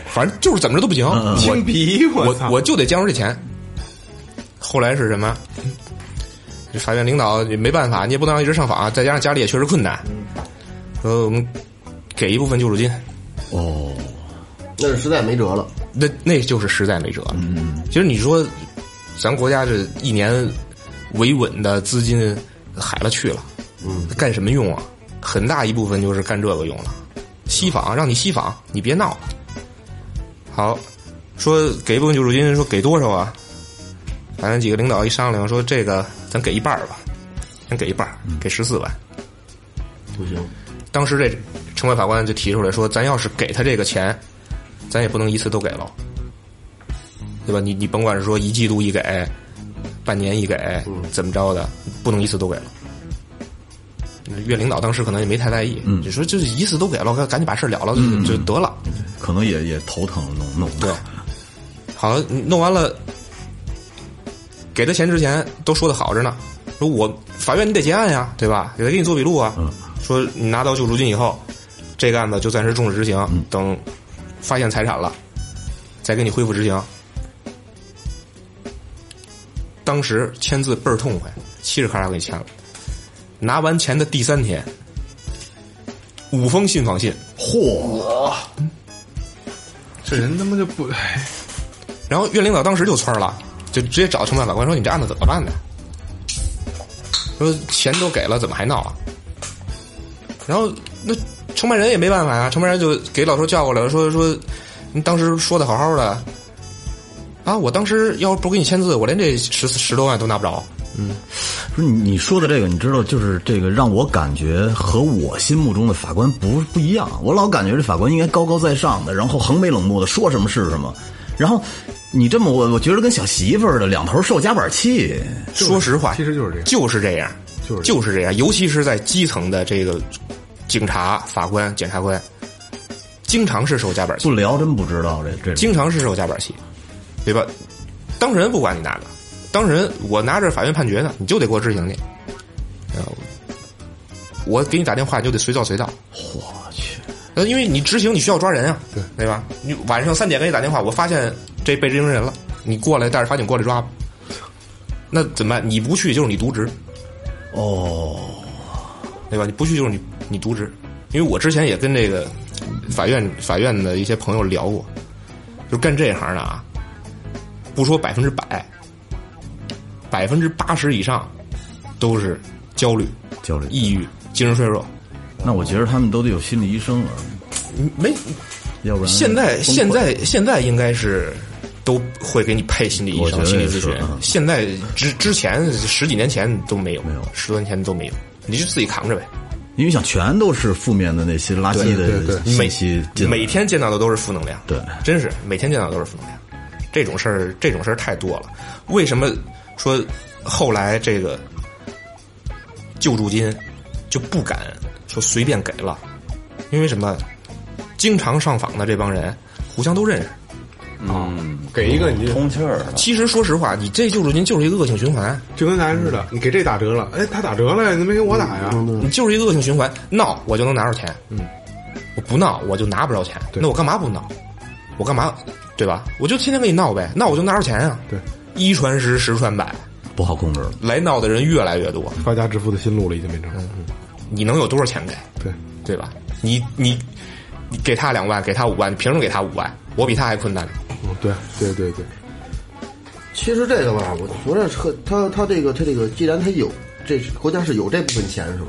反正就是怎么着都不行，青皮，我操！我我就得交出这钱。后来是什么？这法院领导也没办法，你也不能让一直上访，再加上家里也确实困难，呃，我们给一部分救助金，哦，那是实在没辙了，那那就是实在没辙。其实你说，咱国家这一年维稳的资金海了去了，嗯，干什么用啊？很大一部分就是干这个用了。吸访，让你吸访，你别闹了。好，说给一部分救助金，说给多少啊？反正几个领导一商量，说这个咱给一半儿吧，先给一半儿，给十四万。不行。当时这城管法官就提出来说，咱要是给他这个钱，咱也不能一次都给了，对吧？你你甭管是说一季度一给，半年一给，怎么着的，不能一次都给了。岳领导当时可能也没太在意，就说就是一次都给了，赶紧把事儿了了就,、就得了。可能也也头疼，弄弄对，好，弄完了，给他钱之前都说的好着呢，说我法院你得结案呀，对吧？得给你做笔录啊。说你拿到救助金以后，这个案子就暂时终止执行，等发现财产了，再给你恢复执行。当时签字倍儿痛快，嘁哩喀喳给签了。拿完钱的第三天，五封信访信，这人他妈就不，哎，然后岳领导当时就窜了，就直接找城管法官说：“你这案子怎么办呢？说钱都给了，怎么还闹啊？”然后那承办人也没办法呀、啊承办人就给老头叫过来了，说说你当时说的好好的啊，我当时要不给你签字，我连这十十多万都拿不着。不是你你说的这个，你知道，就是这个让我感觉和我心目中的法官不不一样。我老感觉这法官应该高高在上的，然后横眉冷目的，说什么是什么。然后你这么我我觉得跟小媳妇儿的两头受夹板气。说实话，其实就是这样就是这样，就是这样就是这样，尤其是在基层的这个警察、法官、检察官，经常是受夹板气不。聊真不知道这这经常是受夹板气，对吧？当事人不管你哪个，当事人我拿着法院判决呢，你就得给我执行去。呃我给你打电话，你就得随叫随到。我去，呃，因为你执行，你需要抓人啊，对对吧？你晚上三点给你打电话，我发现这被执行人了，你过来带着法警过来抓吧。那怎么办？你不去就是你渎职，哦，对吧？你不去就是你你渎职，因为我之前也跟这个法院法院的一些朋友聊过，就干这行的啊，不说百分之百，百分之八十以上都是焦虑、焦虑抑郁、精神衰弱。那我觉得他们都得有心理医生了，啊没，要不然现在崩溃现在现在应该是都会给你配心理医我觉生、得心理也咨是询嗯。现在之之前十几年前都没有，没有十多年前都没有，你就自己扛着呗。因为想全都是负面的那些垃圾的每信息进来每天见到的都是负能量，对真是每天见到的都是负能量。这种事儿，这种事儿太多了。为什么说后来这个救助金就不敢说随便给了？因为什么？经常上访的这帮人互相都认识。给一个你就通气儿了。其实说实话，你这救助金就是一个恶性循环，啊就跟咱似的，你给这打折了，哎，他打折了，你没给我打呀？嗯你就是一个恶性循环。闹我就能拿着钱，嗯，我不闹我就拿不着钱，那我干嘛不闹？我干嘛对吧？我就天天跟你闹呗，闹我就拿着钱啊。对，一传十，十传百，不好控制了。来闹的人越来越嗯多，发家致富的新路了，已经变成。嗯，你能有多少钱给？对，对吧？你你你给他两万，给他五万，你凭什么给他五万？我比他还困难呢。嗯，对，对对对，其实这个吧，我觉得和他他这个他这个，既然他有这国家是有这部分钱是吧？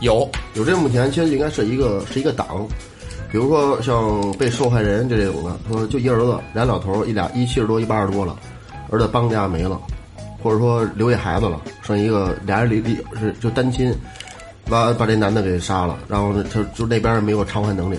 有，有这目前其实应该是一个是一个档，比如说像被受害人这种的，说就一儿子，俩老头儿，一俩一七十多，一八十多了，儿子搬家没了，或者说留一孩子了，剩一个俩人离离是就单亲，把把这男的给杀了，然后呢，他就那边没有偿还能力。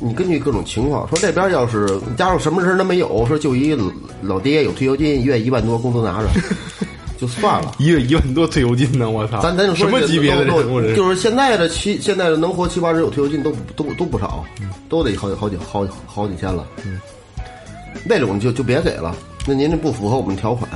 你根据各种情况说，这边要是家属什么事儿都没有，说就一老老爹有退休金，一月一万多工资拿着， 就算了。一个一万多退休金呢，我操！咱咱就啊什说么这级别的都人物都人？就是现在的七，现在的能活七八十有退休金都不都不都不少，嗯都得好几好几好几好几千了。嗯，那种就就别给了，那您这不符合我们条款。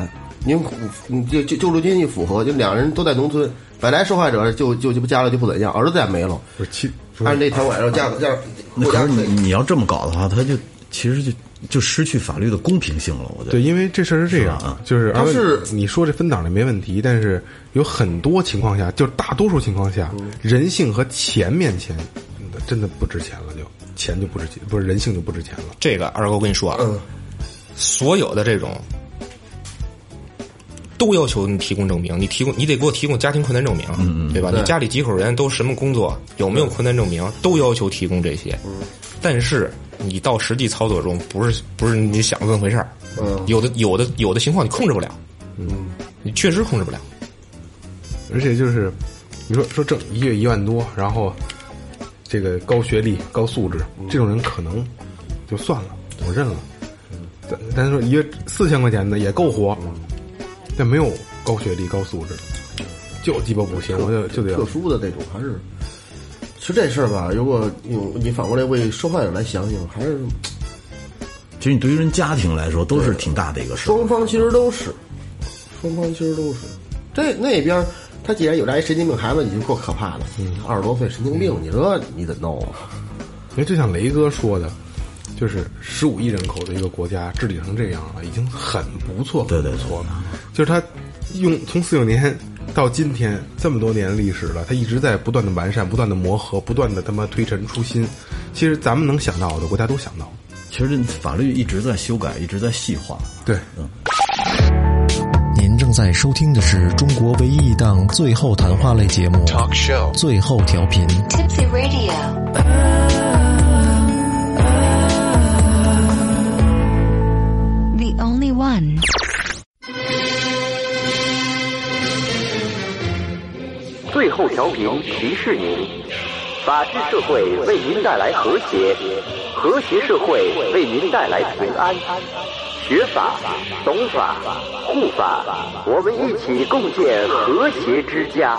您符你就就救助金一符合，就两人都在农村，本来受害者就就就不家里就不怎样，儿子也没了，不是七，不按是这条款，然后家家那国可家是你给你要这么搞的话，他就其实就就失去法律的公平性了。我觉对，得因为这事儿是这样，是吧就是他而是且你说这分档的没问题，但是有很多情况下，就是大多数情况下，嗯人性和钱面前，真的真的不值钱了，就钱就不值钱，不是人性就不值钱了。这个二哥，我跟你说啊，所有的这种都要求你提供证明，你提供你得给我提供家庭困难证明，对吧？你家里几口人都什么工作，有没有困难证明，都要求提供这些。但是你到实际操作中，不是不是你想的那么回事儿。有的有的有的情况你控制不了，你确实控制不了。而且就是，你说说挣一月一万多，然后这个高学历、高素质，嗯这种人可能就算了，我认了。但但是说一月四千块钱的也够活，嗯但没有高学历、高素质，就鸡巴不行，我就就得要特殊的那种，还是其实这事儿吧，如果你你反过来为受害者来想想，还是其实你对于人家庭来说都是挺大的一个事儿。双方其实都是，双方其实都是。这那边儿他既然有这一神经病孩子，你就够可怕的。嗯二十多岁神经病，你说你怎么弄啊？因哎为就像雷哥说的，就是十五亿人口的一个国家治理成这样了，已经很不错，对对很对不错了。就是他用从四九年到今天这么多年历史了，他一直在不断的完善、不断的磨合、不断的他妈推陈出新。其实咱们能想到的，国家都想到。其实这法律一直在修改，一直在细化。对，您正在收听的是中国唯一一档最后谈话类节目《Talk Show》最后调频。 Tipsy Radio. The only one. 最后调频提示您：法治社会为您带来和谐，和谐社会为您带来平安。学法、懂法、护法，我们一起共建和谐之家。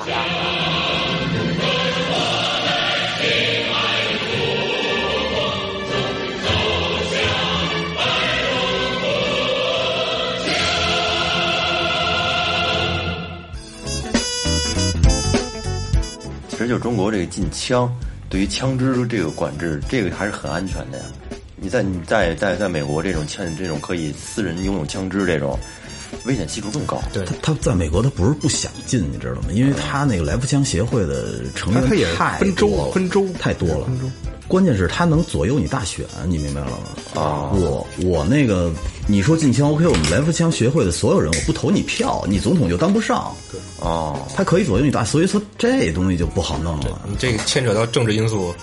其实就中国这个禁枪，对于枪支这个管制，这个还是很安全的呀。你在你在在在美国这种枪这种可以私人拥有枪支这种，危险系数更高。对他他在美国他不是不想进，你知道吗？因为他那个来福枪协会的成员他他也是太分州多了分州太多了，关键是它能左右你大选，你明白了吗？啊，我我那个，你说禁枪 OK，我们来福枪学会的所有人，我不投你票，你总统就当不上。对，哦，它可以左右你大，所以说这东西就不好弄了。你这个牵扯到政治因素，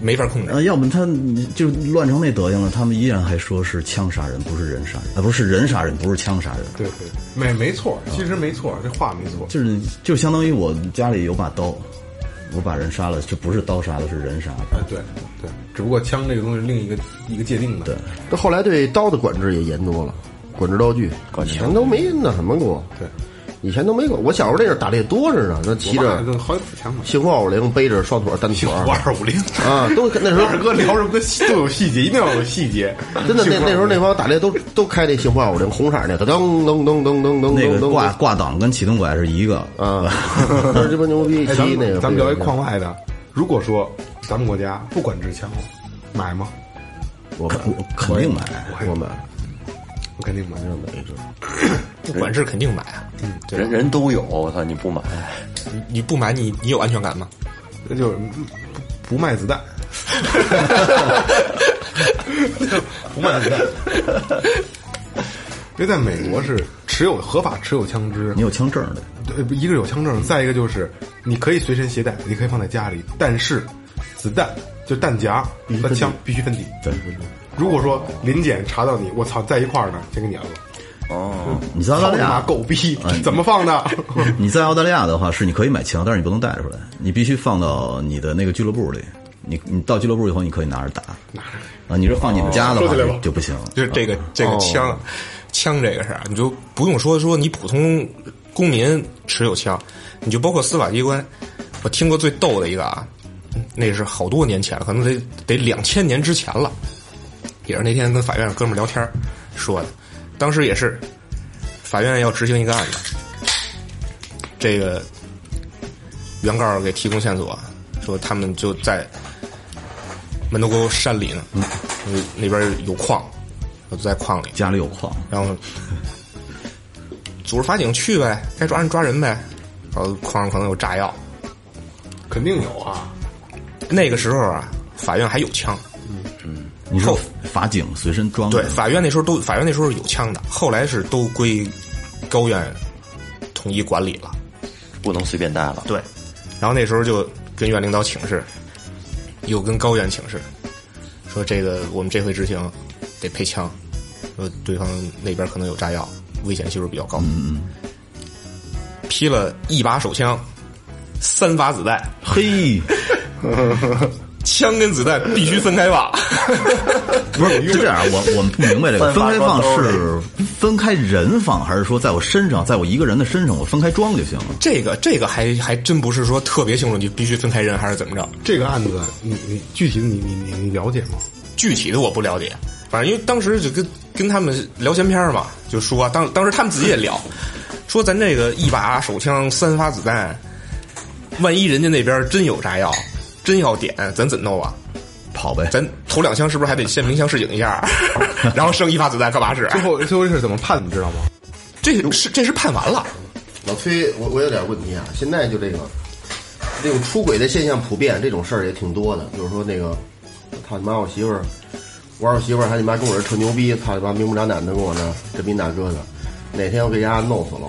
没法控制。呃，要不他就乱成那德行了，他们依然还说是枪杀人，不是人杀人，啊、不是人杀人，不是枪杀人。对对，嗯没没错，其实没错，这话没错。就是就相当于我家里有把刀，我把人杀了，这不是刀杀的，是人杀的。哎，对对，只不过枪这个东西另一个一个界定的。对，这后来对刀的管制也严多了，管制刀具，以前都没那什么过。对，以前都没过。我小时候那阵打猎多着呢，那骑我妈着那个好几把枪呢。幸福二五零，背着双腿单腿五二五零，啊， 都那时候二哥聊什么 都有细节，一定要有细节。真 的那幸福那时候那帮打猎都都开那幸福二五零红色那个噔噔噔噔噔噔那噔个噔 挂挂档跟启动拐是一个，啊，这鸡巴牛逼！哎，咱那个们咱们聊一不是框外的，如果说咱们国家不管制枪，买吗？我我肯定买。我们我肯定买。不管制肯定买啊，对人人都有，我操，你不买，你你不买你你有安全感吗？那就是不不卖 子弹，不卖子弹，因为在美国是持有合法持有枪支你，有枪证的，对一个是有枪证，再一个就是你可以随身携带，你可以放在家里，但是子弹就弹夹和枪必须分离。对，如果说临检查到你，我操，在一块儿呢，先给你摁了。你在澳大操利你亚妈狗逼，怎么放的？你在澳大利亚的话，是你可以买枪，但是你不能带出来，你必须放到你的那个俱乐部里。你你到俱乐部以后，你可以拿着打。啊，你说放你们家的收话起来吧就就不行。就是这个这个枪，枪这个事儿，你就不用说说你普通公民持有枪，你就包括司法机关，我听过最逗的一个啊，那是好多年前了，可能得得两千年之前了，也是那天跟法院哥们儿聊天儿说的，当时也是法院要执行一个案子，这个原告给提供线索，说他们就在门头沟山里呢，那那边有矿，我就在矿里，家里有矿，然后组织法警去呗，该抓人抓人呗，然后矿上可能有炸药， 肯定有啊，那个时候啊，法院还有枪，你说后法警随身装对着，法院那时候都法院那时候是有枪的，后来是都归高院统一管理了。不能随便带了。对，然后那时候就跟院领导请示，又跟高院请示，说这个我们这回执行得配枪，说对方那边可能有炸药，危险系数比较高。嗯嗯。批了一把手枪，三发子弹，嘿，枪跟子弹必须分开放。不是就这样，啊我我们不明白这 个犯法分开装放兜里是分开人放，还是说在我身上，在我一个人的身上，我分开装就行了？ 这个这个还还真不是说特别清楚，你必须分开人还是怎么着？这个案子你你具体的你你你你了解吗？具体的我不了解，反正因为当时就跟跟他们聊闲篇儿嘛，就说啊当当时他们自己也聊，说咱这个一把手枪三发子弹，万一人家那边真有炸药，真要点，咱怎么弄啊？跑呗，咱头两枪是不是还得先鸣枪示警一下， 然后剩一发子弹干嘛使？最后最后这事怎么判你知道吗？这个是这是判完了，老崔，我我有点问题啊，现在就这个这种出轨的现象普遍，这种事儿也挺多的。就是说那个，操你妈，我媳妇儿，我二媳妇儿还你妈跟我这吹牛逼，操你妈明目张胆的跟我那这逼那哥的，哪天我给家弄死了，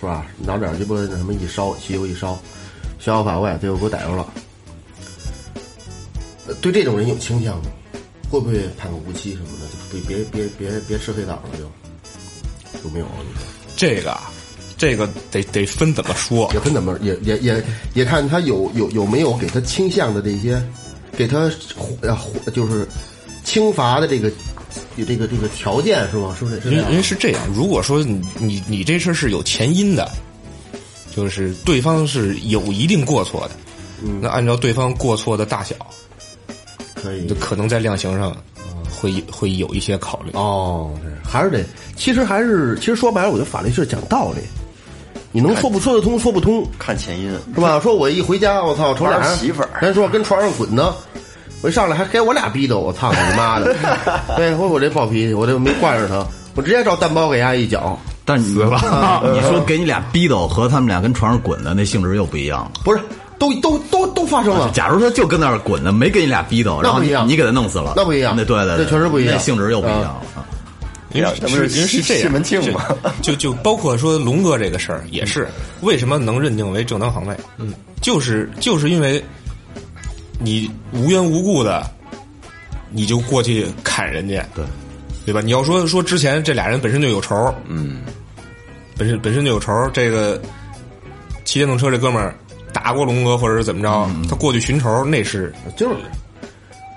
是吧？拿点儿鸡巴那什么一烧，汽油一烧，逍遥法外，最后给我逮着了。呃对这种人有倾向吗？会不会判个无期什么的？就别别别别别吃黑枣了就，有没有啊？你说？这个啊这个得得分怎么说也。分怎么也也也也看他有有有没有给他倾向的这些，给他呃就是轻罚的这个有这个这个条件是吗？是不是？是这因为样因为是这样，如果说你你你这事儿是有前因的，就是对方是有一定过错的，那按照对方过错的大小，可以就可能在量刑上会会有一些考虑。哦，对还是得，其实还是其实说白了，我觉得法律就是讲道理，你能说不说得通，说不通看前因，是吧？说我一回家，我操，瞅俩玩人儿媳妇儿人说跟床上滚呢。我一上来还给我俩逼的，我操你妈 的！对，我我这暴脾气，我这没惯着他，我直接找蛋包给丫一脚， 但你死了。你说给你俩逼斗和他们俩跟床上滚的那性质又不一样了。不是都都都都发生了。 假如他就跟那儿滚呢，没给你俩逼斗，那然不后一你样你给他弄死了，那不一样那对对，对那确实不一样那性质又不一样啊了。因为那不是因为是这西样，门庆就 吗？就就包括说龙哥这个事儿也是，为什么能认定为正当防卫？嗯，就是就是因为你无缘无故的你就过去砍人家，对对吧？你要说说之前这俩人本身就有仇，嗯，本身本身就有仇，这个骑电动车这哥们儿打过龙哥或者是怎么着，他过去寻仇那是就是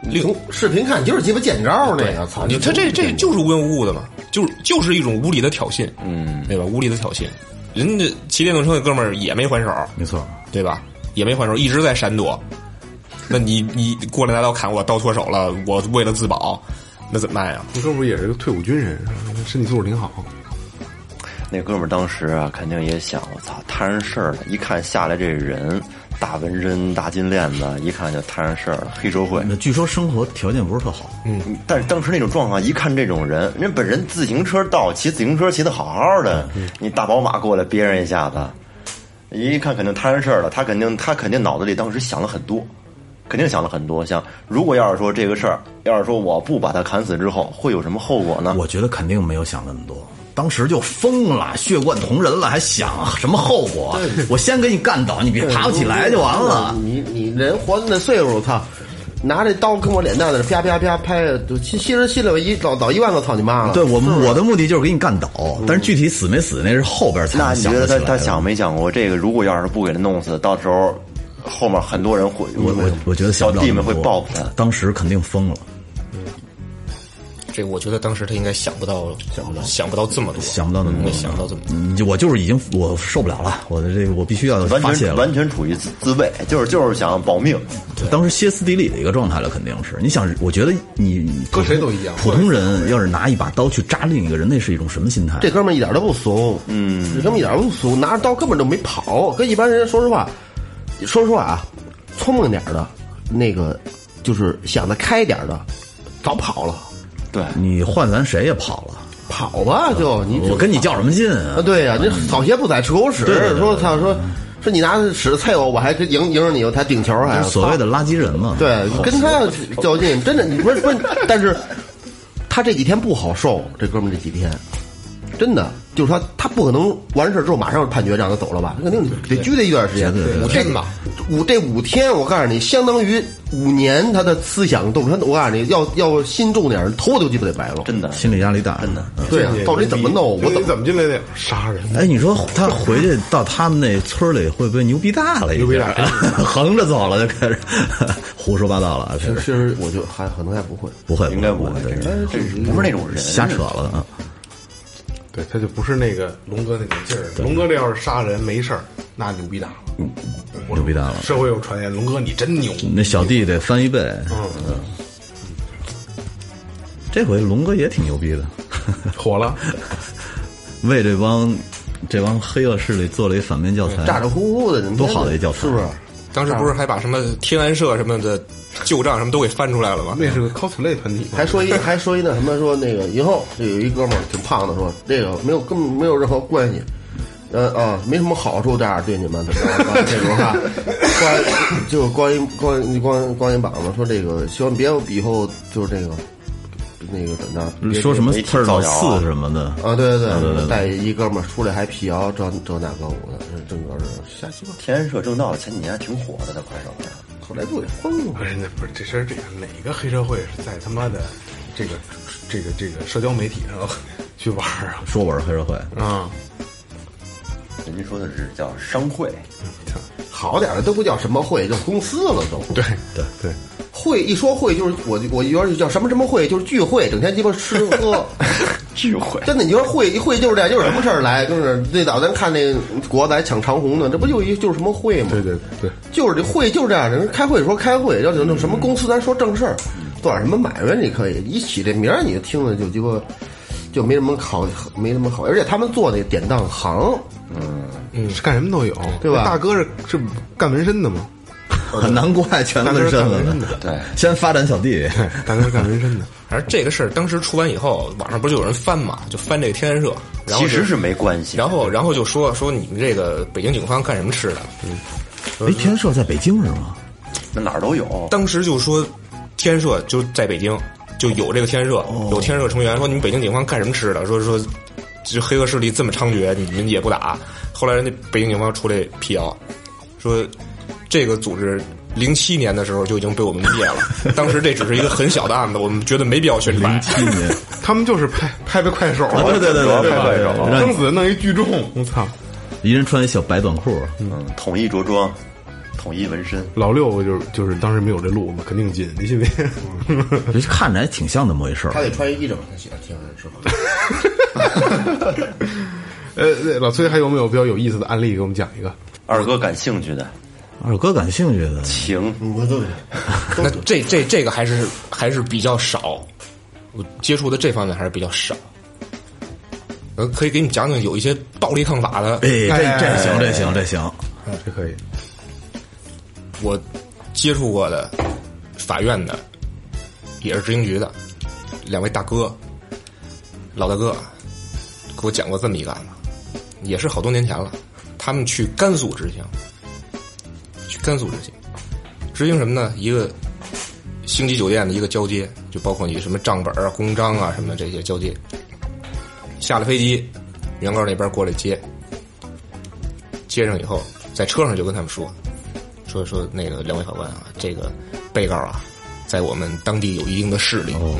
另从视频看就是鸡巴见招那个，操！啊你他这这就是无缘无故的嘛，就是就是一种无理的挑衅，嗯，对吧？无理的挑衅，人家骑电动车的哥们儿也没还手，没错，对吧？也没还手，一直在闪躲。那你你过来拿刀砍我，刀脱手了，我为了自保，那怎么办呀？你说不是也是个退伍军人，啊身体素质挺好，那哥们儿当时啊，肯定也想，我操，摊上事儿了。一看下来这人，大纹身、大金链子，一看就摊上事儿了，黑社会。那据说生活条件不是特好，嗯但是当时那种状况，一看这种人，人本人自行车道，骑自行车骑得好好的，嗯你大宝马过来憋人一下子，一看肯定摊上事儿了。他肯定他肯定脑子里当时想了很多，肯定想了很多。像如果要是说这个事儿，要是说我不把他砍死之后，会有什么后果呢？嗯我觉得肯定没有想那么多，当时就疯了，血贯同人了，还想什么后果？我先给你干倒，你别爬不起来就完了。你你人活那岁数，操！拿这刀跟我脸蛋子啪啪啪拍，就其其实心里边一早早一万个操你妈了。对我我的目的就是给你干倒，但是具体死没死那是后边才那能你想觉得得起来他的。他想没想过这个？如果要是不给他弄死，到时候后面很多人会，我我我觉得想小不了弟那么们会多啊报复他。当时肯定疯了，这我觉得当时他应该想不到，想不到，想不到这么多，想不到那么多，没想不到这么多。你我就是已经我受不了了，我的这个我必须要完发泄全了，完全处于自自卫，就是就是想保命。当时歇斯底里的一个状态了，肯定是。你想，我觉得你搁谁都一样普通人要是拿一把刀去扎另一个人，那是一种什么心态？啊这哥们儿一点都不怂，嗯，这哥们儿一点都不怂，拿着刀根本就没跑。跟一般人说实话，说实话啊，聪明点儿的，那个就是想得开点儿的，早跑了，对，你换咱谁也跑了，跑吧就你我跟你较什么劲啊，啊？对呀、这草鞋不踩吃狗屎，对对对说他说说你拿屎踩我，我还跟赢赢着你，我才顶球还就是所谓的垃圾人嘛。对，跟他较劲，真的，你不是不是，但是他这几天不好受，这哥们儿这几天，真的就是他，他不可能完事儿之后马上判决让他走了吧？他肯定得拘他一段时间，五天吧。五这五天，我告诉你，相当于五年，他的思想斗争，我告诉你要要心重点儿，头都鸡巴得白了。真的。心理压力大，嗯真的。对啊，到底怎么弄？我 我怎你么怎么进来的？杀人！哎，你说他回去到他们那村里会不会牛逼大了？牛逼大， 横着走了就开始 胡说八道了，开其始实我就还可能还不会。不会，应该不会，对这是这是不是那种人，瞎扯了啊！对，他就不是那个龙哥那种劲儿。龙哥这要是杀人没事儿，那牛逼大了。嗯牛逼大了。社会有传言，龙哥你真牛。那小弟得翻一倍。嗯，这回龙哥也挺牛逼的，火了，为这帮这帮黑恶势力做了一反面教材。咋咋呼呼的，人家嗯多好的一教材嗯是不是？当时不是还把什么天安社什么的旧账什么都给翻出来了吗？那是个 cosplay 团体嘛还说一 还说一那什么说那个以后这有一哥们儿挺胖的说这个没有根本没有任何关系，呃啊没什么好处这样对你们怎么着啊这种 话，光就光一光一光光一膀子说这个希望别以后就是这个那个怎么着别说什么别刺儿造老谣啊四什么的，啊对对对，带一哥们儿出来还啊辟谣这这那个我的这正哥是瞎鸡巴，天安社正道前几年还挺火的，在快手上。后来不也疯了吗不？是，哎那不是这事儿，这个哪个黑社会是在他妈的这个这个这个社交媒体上去玩儿啊？说我是黑社会， 啊，人家说的是叫商会，好点儿的都不叫什么会，叫公司了都。 对对对，会一说会就是我我原来叫什么什么会，就是聚会，整天鸡巴吃喝。 聚会真的，你说会一会就是这样，就是什么事儿来，就是最早咱看那国咱抢长虹呢，这不就一就是什么会吗？对对对，就是这会就是这样，人开会的时候开会，要有嗯什么公司咱说正事儿，做点什么买卖你可以，一起这名儿你听着就鸡巴就没什么好，没什么好，而且他们做那典当行，嗯，是干什么都有，对吧那大哥是是干纹身的吗？难怪全大哥纹是身干了纹身呢。的，对，先发展小 弟，哎对，大哥是干纹身的。而这个事儿当时出完以后，网上不是就有人翻嘛，就翻这个天安社，然后其就实是没关系。然后然后就说说你们这个北京警方干什么吃的？哎，天社在北京是吗？那哪儿都有。当时就说天社就在北京，就有这个天社，有天社成员说你们北京警方干什么吃的？说说这黑恶势力这么猖獗，你们也不打。后来人家北京警方出来辟谣，说这个组织。零七年的时候就已经被我们灭了，当时这只是一个很小的案子，我们觉得没必要宣传。嗯他们就是拍拍拍快手，对对对主要对拍快手让生死弄一聚众，我操！一人穿一小白短裤，嗯，统一着装，统一纹身，老六就是就是当时没有这路嘛，肯定进，你信不信？这看着还挺像那么回事儿他。得穿一衣裳，他喜欢听人说话。 呃，老崔还有没有比较有意思的案例给我们讲一个？二哥感兴趣的二哥感兴趣的，情，我都那这这这个还是还是比较少，我接触的这方面还是比较少。呃，可以给你讲讲有一些暴力抗法的哎，，这这行这行这行，这可以。我接触过的，法院的，也是执行局的，两位大哥，老大哥给我讲过这么一个案子，也是好多年前了。他们去甘肃执行，去甘肃执行，执行什么呢？一个星级酒店的一个交接，就包括你什么账本啊、公章啊什么的这些交接。下了飞机，原告那边过来接，接上以后，在车上就跟他们说，说说那个两位法官啊，这个被告啊，在我们当地有一定的势力。哦，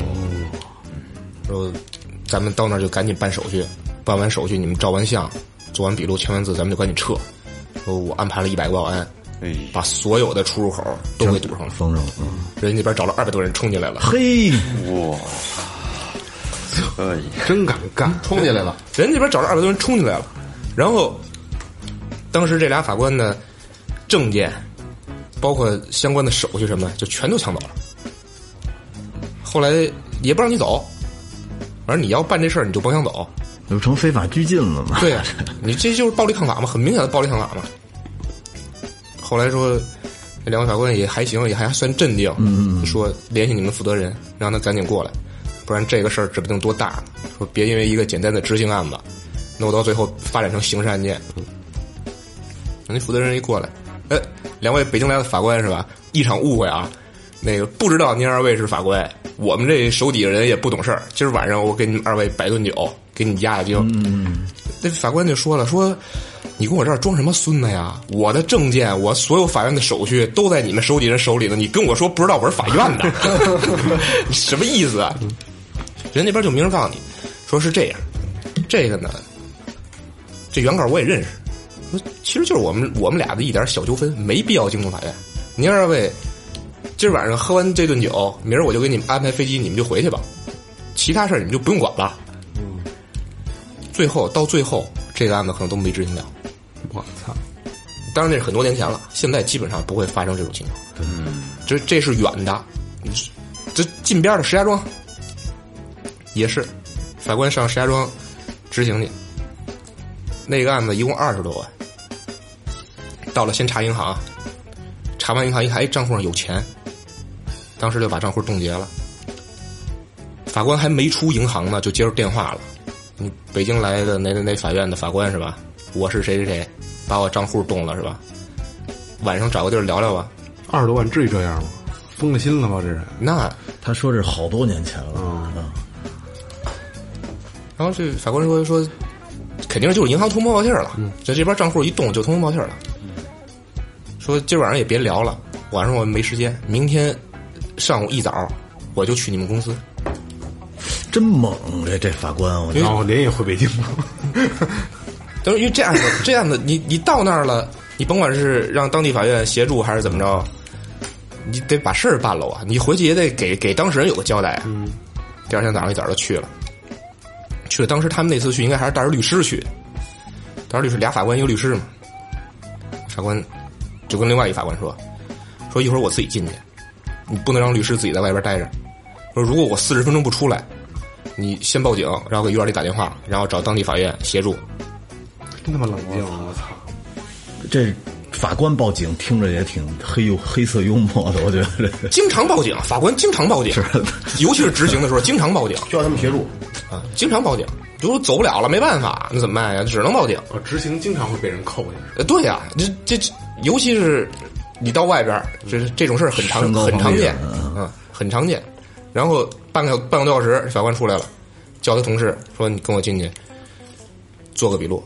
说咱们到那儿就赶紧办手续，办完手续你们照完相，做完笔录，签完字，咱们就赶紧撤。说我安排了一百个保安，哎，把所有的出入口都给堵上了。风筝，嗯人家那边找了二百多人冲进来了，嘿，哇，哎，真敢干，嗯冲进来了，人家那边找了二百多人冲进来了。然后，当时这俩法官的证件，包括相关的手续什么，就全都抢走了。后来也不让你走，反正你要办这事儿，你就甭想走。这不成非法拘禁了吗？对呀、你这就是暴力抗法嘛，很明显的暴力抗法嘛。后来说，那两位法官也还行，也还算镇定，嗯嗯说联系你们负责人，让他赶紧过来，不然这个事儿指不定多大呢。说别因为一个简单的执行案子，弄到最后发展成刑事案件。那负责人一过来，哎，两位北京来的法官是吧？一场误会啊，那个不知道您二位是法官，我们这手底下人也不懂事儿。今儿晚上我给你们二位摆顿酒，给你们压压惊。那法官就说了，说你跟我这儿装什么孙子呀？我的证件，我所有法院的手续都在你们手底人手里呢。你跟我说不知道我是法院的， 你什么意思啊？人那边就明着告诉你，说是这样，这个呢，这原告我也认识，说其实就是我们我们俩的一点小纠纷，没必要惊动法院。您二位今儿晚上喝完这顿酒，明儿我就给你们安排飞机，你们就回去吧，其他事儿你们就不用管了。最后到最后，这个案子可能都没执行了。我操！当然那是很多年前了，现在基本上不会发生这种情况。嗯，这这是远的，你是这近边的石家庄也是，法官上石家庄执行去。那个案子一共二十多万，到了先查银行，查完银行一看，哎，账户上有钱，当时就把账户冻结了。法官还没出银行呢，就接着电话了。你北京来的哪哪哪法院的法官是吧？我是谁谁谁，把我账户冻了是吧？晚上找个地儿聊聊吧。二十多万至于这样吗？疯了心了吧，这人？那他说这是好多年前了，啊然后这法官说说，肯定就是银行通风报信儿了，这这边账户一动就通风报信儿了。说今晚上也别聊了，晚上我没时间，明天上午一早我就去你们公司。真猛！这这法官，我觉得然后连夜回北京吗？但是因为这案子，这案子你你到那儿了，你甭管是让当地法院协助还是怎么着，你得把事儿办了啊！你回去也得给给当事人有个交代啊。第二天早上一早就去了，去了。当时他们那次去应该还是带着律师去，带着律师俩法官一个律师嘛。法官就跟另外一法官说：“说一会儿我自己进去，你不能让律师自己在外边待着。说如果我四十分钟不出来，你先报警，然后给院里打电话，然后找当地法院协助。” 真他妈冷静！我操！这法官报警听着也挺黑幽黑色幽默的，我 觉得这经常报警，法官经常报警，尤其是执行的时候经常报警。需要他们协助。啊，经常报警，就说走不了了，没办法，那怎么办呀？只能报警。哦，执行经常会被人扣下。呃，对呀、这这这尤其是你到外边儿，这这种事儿很常身高很方常面见，嗯，很常见。然后半个半个多小时，法官出来了，叫他同事说：“你跟我进去做个笔录。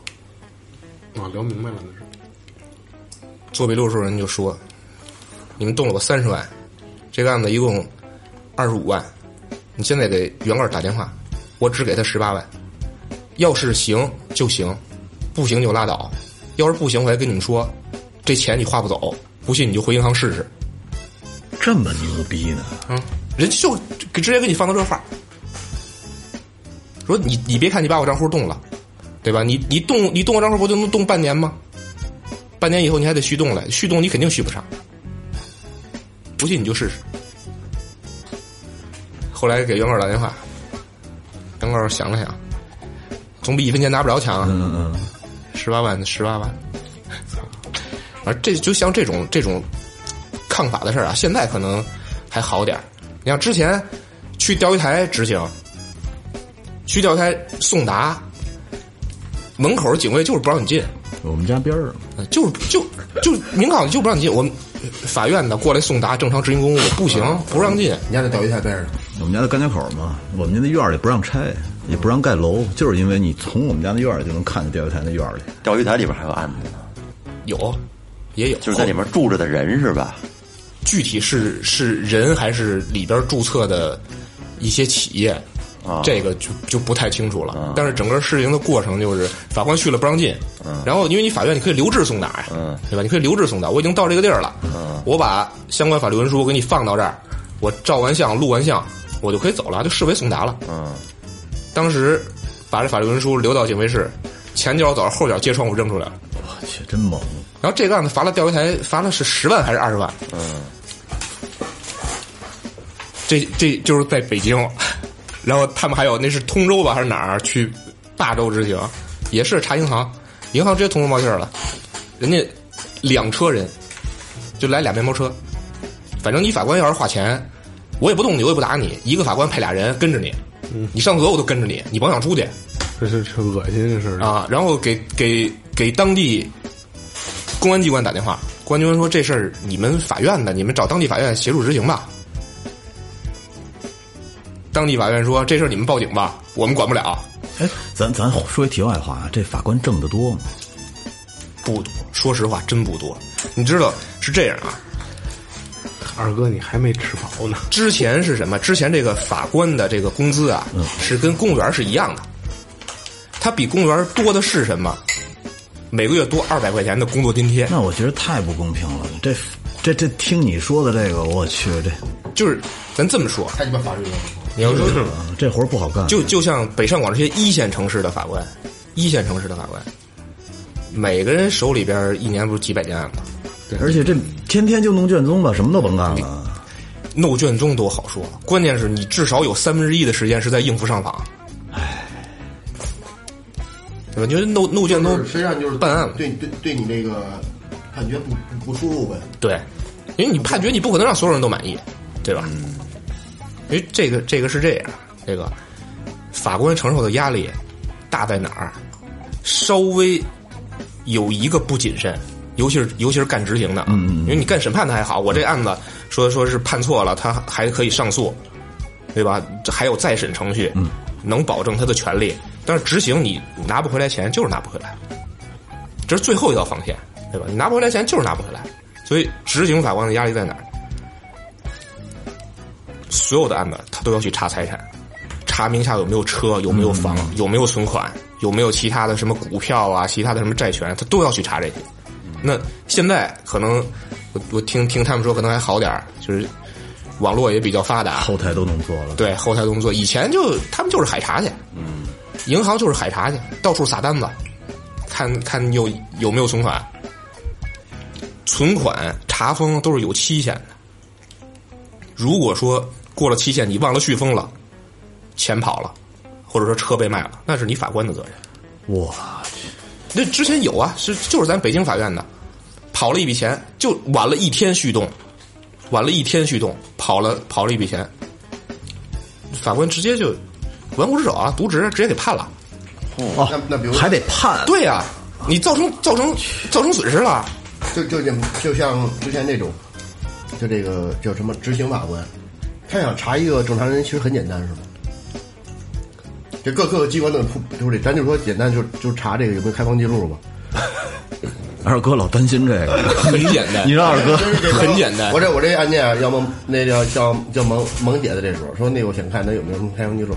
啊，聊明白了，那是”做笔录的时候，人就说：“你们动了我三十万，这个案子一共二十五万，你现在给原告打电话，我只给他十八万，要是行就行，不行就拉倒。要是不行，我还跟你们说，这钱你划不走，不信你就回银行试试。”这么牛逼呢？嗯，人家就给直接给你放到这话，说你你别看你把我账户动了，对吧？你你动你动我账户不就能动半年吗？半年以后你还得续动来，续动你肯定续不上，不信你就试试。后来给原告打电话，原告想了想，总比一分钱拿不着强啊。嗯嗯，十八万，十八万。而这就像这种这种抗法的事儿啊，现在可能还好点儿。你像之前去钓鱼台执行，去钓鱼台送达，门口警卫就是不让你进，我们家边儿呃就是就就明告诉你就不让你进。我们呃法院的过来送达，正常执行公务不行，啊不让进。你家在钓鱼台边上，我们家在甘家口嘛，我们家那院儿里不让拆，也不让盖楼，就是因为你从我们家那院儿里就能看见钓鱼台那院儿里。钓鱼台里边还有案子呢，有，也有，就是在里面住着的人是吧？具体是是人还是里边注册的一些企业，啊这个就就不太清楚了。但是整个事情的过程就是法官去了不让进，然后因为你法院你可以留置送达呀，嗯对吧？你可以留置送达，我已经到这个地儿了，我把相关法律文书给你放到这儿，我照完相录完相，我就可以走了，就视为送达了。嗯，当时把这法律文书留到警卫室，前脚走后脚接窗户扔出来了。我去，真猛！然后这个案子罚了钓鱼台罚了是十万还是二十万？嗯，这这就是在北京，然后他们还有那是通州吧还是哪儿去霸州执行，也是查银行，银行直接通风报信儿了，人家两车人就来俩面包车，反正你法官要是花钱，我也不动你，我也不打你，一个法官配俩人跟着你，你上厕所我都跟着你，你甭想出去。这是这恶心，这是啊，然后给给给当地公安机关打电话，公安机关说这事儿你们法院的，你们找当地法院协助执行吧。当地法院说这事儿你们报警吧，我们管不了。哎，咱咱说一题外话啊，这法官挣得多吗？不多，说实话真不多。你知道是这样啊？二哥，你还没吃饱呢。之前是什么？之前这个法官的这个工资啊，是跟公务员是一样的，他比公务员多的是什么？每个月多二百块钱的工作津贴。那我觉得太不公平了。这这这，听你说的这个，我去，这就是咱这么说，太鸡巴法律了。你要说嗯啊这活儿不好干。就就像北上广这些一线城市的法官，一线城市的法官，每个人手里边儿一年不是几百件案吗？而且这天天就弄卷宗了，什么都甭干了。弄卷宗都好说，关键是你至少有三分之一的时间是在应付上访。唉，对吧？你说弄弄卷宗就是实际上就是办案嘛对对对你这个判决不不不舒服呗。对，因为你判决你不可能让所有人都满意，对吧？因为这个这个是这样，这个法官承受的压力大在哪儿？稍微有一个不谨慎，尤其是尤其是干执行的，嗯因为你干审判的还好，我这案子说说是判错了，他还可以上诉，对吧？这还有再审程序，嗯，能保证他的权利。但是执行你拿不回来钱就是拿不回来，这是最后一道防线，对吧？你拿不回来钱就是拿不回来，所以执行法官的压力在哪儿？所有的案子他都要去查财产，查名下有没有车，有没有房，有没有存款，有没有其他的什么股票啊，其他的什么债权，他都要去查这些。那现在可能我我听听他们说可能还好点儿，就是网络也比较发达，后台都能做了，对后台动作，以前就他们就是海查去，嗯，银行就是海查去，到处撒单子，看看你有有没有存款，存款查封都是有期限的。如果说过了期限，你忘了续封了，钱跑了，或者说车被卖了，那是你法官的责任。我那之前有啊，是就是咱北京法院的，跑了一笔钱，就晚了一天续动，晚了一天续动，跑了跑了一笔钱，法官直接就玩忽职守啊、渎职，直接给判了。哦，那那比如还得判，对呀、你造成造成造成损失了，就就就就像之前那种，就这个叫什么执行法官，他想查一个正常人，其实很简单，是吗？这各各个机关都扑就是这，咱就说简单，就就查这个有没有开房记录吧。二哥老担心这个， 很简单。你让二哥就是这很简单我这我这案件啊，要么那叫叫叫萌萌姐的这时候说，那个我想看他有没有什么开房记录，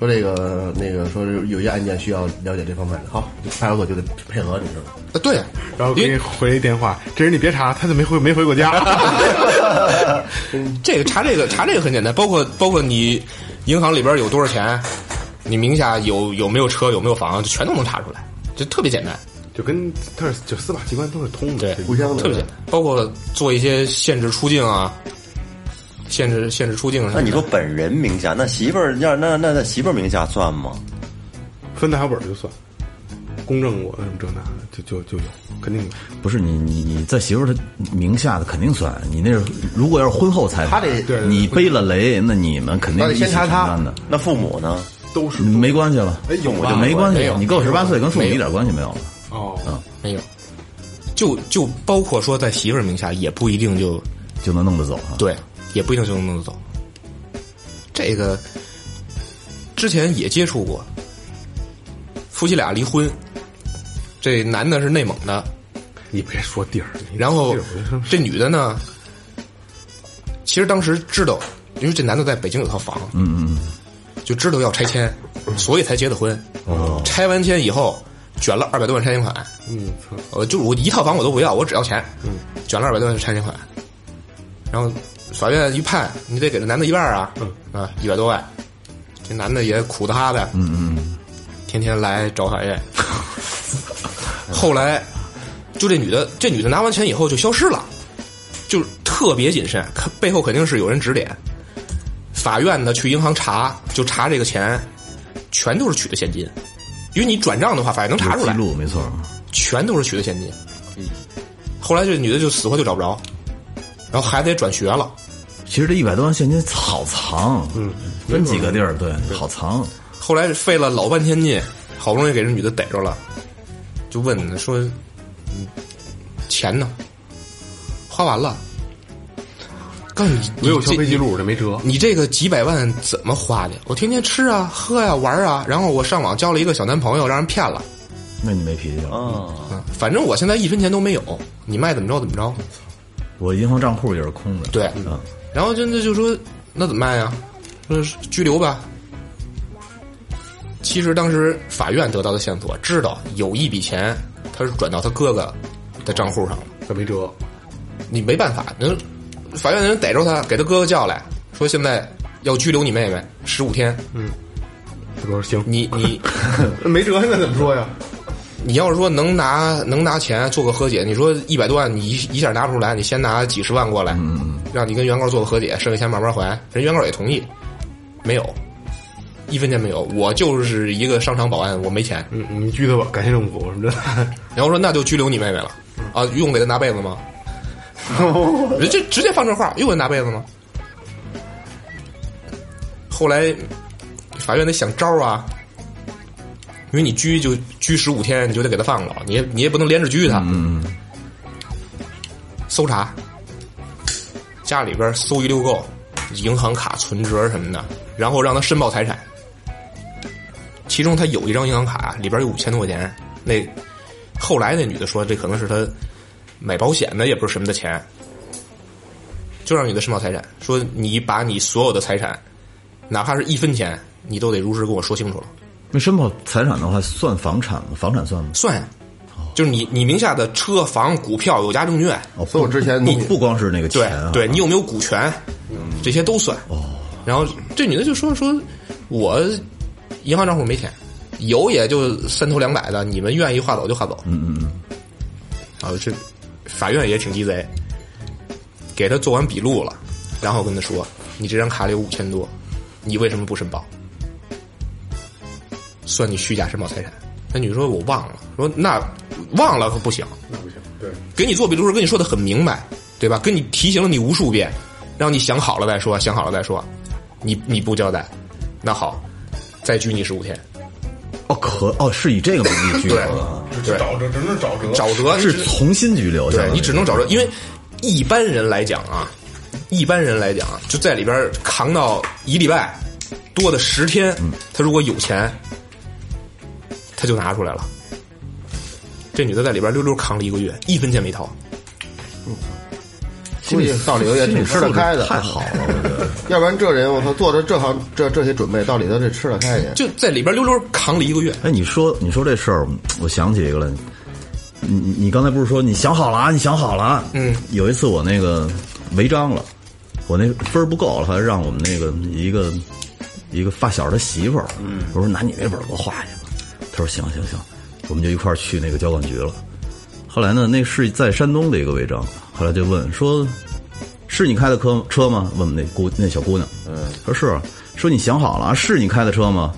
说这个那个说有些案件需要了解这方面的，好，派出所就得配合你知道吗？呃对呀、然后因给你为回一电话，这人你别查，他就没回没回过 家。这个查这个查这个很简单，包括包括你银行里边有多少钱，你名下有有没有车有没有房，就全都能查出来，就特别简单。就跟他是就司法机关都是通的，对，这互相的特别简单，包括做一些限制出境啊，限制限制出境什么啊的。那你嗯说本人名下，那媳妇儿要那那那媳妇儿名下算吗？分代号本儿就算，公证我什么这那的，就就就有，肯定有。不是你你你在媳妇儿她名下的肯定算，你那是如果要是婚后财他产，得对你背了雷，那你们肯定那得一起先查承他担的，那父母呢？都是没关系了，哎有啊我就吧？没关没系有，你够十八岁跟父母没有一点关系没有了。哦，没有，就就包括说在媳妇儿名下也不一定就就能弄得走啊。对，也不一定就能弄得走。这个之前也接触过，夫妻俩离婚，这男的是内蒙的，你别说地儿，你然后地儿我就说这女的呢，其实当时知道，因为这男的在北京有套房，嗯嗯，就知道要拆迁，所以才结的婚。拆完迁以后，卷了二百多万拆迁款，嗯，操呃，就是我一套房我都不要，我只要钱，嗯卷了二百多万拆迁款，然后法院一判，你得给这男的一半儿啊，嗯啊，一百多万，这男的也苦的哈的，嗯嗯，天天来找法院，后来就这女的，这女的拿完钱以后就消失了，就是特别谨慎，可背后肯定是有人指点，法院呢去银行查，就查这个钱，全都是取的现金。因为你转账的话，法院能查出有来记。录没错，全都是取的现金。后来这女的就死活就找不着，然后孩子也转学了。其实这一百多万现金好藏，嗯，分几个地儿，对，嗯好藏。后来费了老半天劲，好不容易给这女的逮着了，就问她说：“嗯钱呢？花完了。”告诉你，没有你消这费记录，这没辙。你这个几百万怎么花的？我天天吃啊、喝呀、玩啊，然后我上网交了一个小男朋友，让人骗了。那你没脾气了？啊，嗯，反正我现在一分钱都没有，你卖怎么着怎么着。我银行账户也是空的，对嗯，然后真的就说那怎么办呀？说是拘留吧。其实当时法院得到的线索，知道有一笔钱他是转到他哥哥的账户上了，这没辙，你没办法，人法院的人逮着他，给他哥哥叫来说现在要拘留你妹妹十五天，他说行，你你没辙，那怎么说呀？你要是说能拿能拿钱做个和解，你说一百多万你一一下拿不出来，你先拿几十万过来，让你跟原告做个和解，剩下钱慢慢还。人原告也同意，没有，一分钱没有，我就是一个商场保安，我没钱。嗯，你拘他吧，感谢政府什么的。然后说那就拘留你妹妹了啊，用给她拿被子吗？人家直接放这话，用给她拿被子吗？后来法院得想招啊，因为你拘就拘十五天，你就得给他放了，你也你也不能连着拘他。嗯，搜查家里边搜一溜够，银行卡、存折什么的，然后让他申报财产。其中他有一张银行卡，里边有五千多块钱。那后来那女的说，这可能是她买保险的，也不是什么的钱，就让女的申报财产，说你把你所有的财产，哪怕是一分钱，你都得如实跟我说清楚了。那申报财产的话，算房产吗？房产算吗？算呀，就是你你名下的车房、股票、有价证券，哦，嗯所以我之前不不光是那个对钱啊，对，你有没有股权，嗯这些都算。然后这女的就说说，我银行账户没钱，有也就三头两百的，你们愿意划走就划走。嗯嗯嗯。啊，这法院也挺鸡贼，给他做完笔录了，然后跟他说，你这张卡里有五千多，你为什么不申报？算你虚假申报财产。那女的说：“我忘了。”说：“那忘了可不行，给你做笔录时跟你说的很明白，对吧？跟你提醒了你无数遍，让你想好了再说，想好了再说。你你不交代，那好，再拘你十五天。哦，可哦，是以这个名义拘留的，对，找折只能找折，找辙是重新拘留，对你只能找着，因为一般人来讲啊，一般人来讲啊就在里边扛到一礼拜多的十天，他如果有钱，他就拿出来了。这女的在里边溜溜扛了一个月，一分钱没掏。估计道理头也挺吃得开的，太好了，我觉得。要不然这人我操做的这行这这些准备，道理头这吃得开也。就在里边溜溜扛了一个月，哎，你说你说这事儿，我想起一个来，你你你刚才不是说你想好了啊？你想好了啊？嗯，有一次我那个违章了，我那分儿不够了，还让我们那个一个一个发小的媳妇儿，嗯，我说拿你那本儿给我画去吧，他说行行行，我们就一块儿去那个交管局了。后来呢，那是在山东的一个违章，后来就问说，是你开的车车吗？问我们那姑那小姑娘，嗯，说是啊，说你想好了啊？是你开的车吗？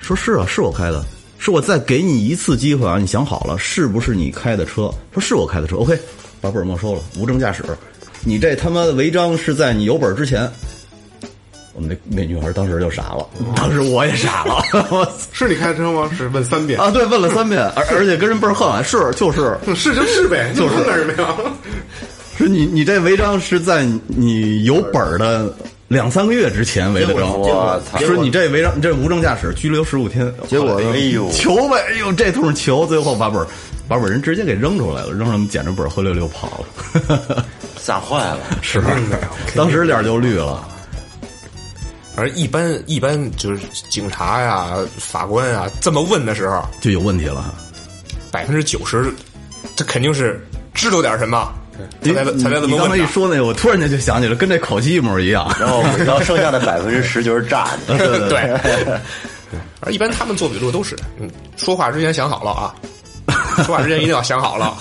说是啊，是我开的，是我再给你一次机会啊！你想好了是不是你开的车？说是我开的车，OK，把本儿没收了，无证驾驶。你这他妈的违章是在你有本儿之前。我们那那女孩当时就傻了，当时我也傻了， 我操是你开的车吗？是问三遍啊！对，问了三遍，而而且跟人倍儿恨，是就是是就是呗，就是那什么呀？是你你这违章是在你有本儿的两三个月之前违的章，我操！说你这违章，你这无证驾驶，拘留十五天。结果呢哎呦， 求呗，哎呦，这通求，最后把本儿把本儿人直接给扔出来了，扔出来捡着本儿灰溜溜跑了， 吓坏了，是吧？当时脸就绿了。而一般一般就是警察呀、法官呀这么问的时候，就有问题了哈，百分之九十，他肯定是知道点什么，才因来为才来这你么刚才问一的。 说那个，我突然间就想起来，跟这口气一模一样。然后然后剩下的百分之十就是炸 你，对，而一般他们做笔录都是，嗯，说话之前想好了 啊，说话之前一定要想好了，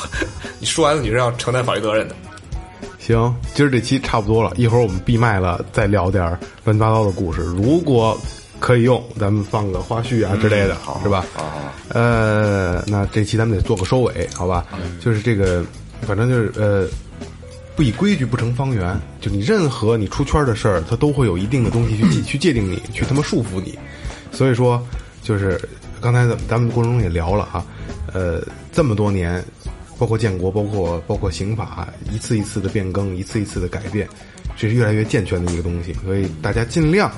你说完了你是要承担法律责任的。行，今儿这期差不多了，一会儿我们闭麦了，再聊点儿乱七八糟的故事。如果可以用，咱们放个花絮啊之类的，是吧？呃，那这期咱们得做个收尾，好吧？就是这个，反正就是呃，不以规矩不成方圆，就你任何你出圈的事儿，它都会有一定的东西去去界定你，去他妈束缚你。所以说，就是刚才咱咱们过程中也聊了啊，呃，这么多年，包括建国，包括包括刑法，一次一次的变更，一次一次的改变，这是越来越健全的一个东西。所以大家尽量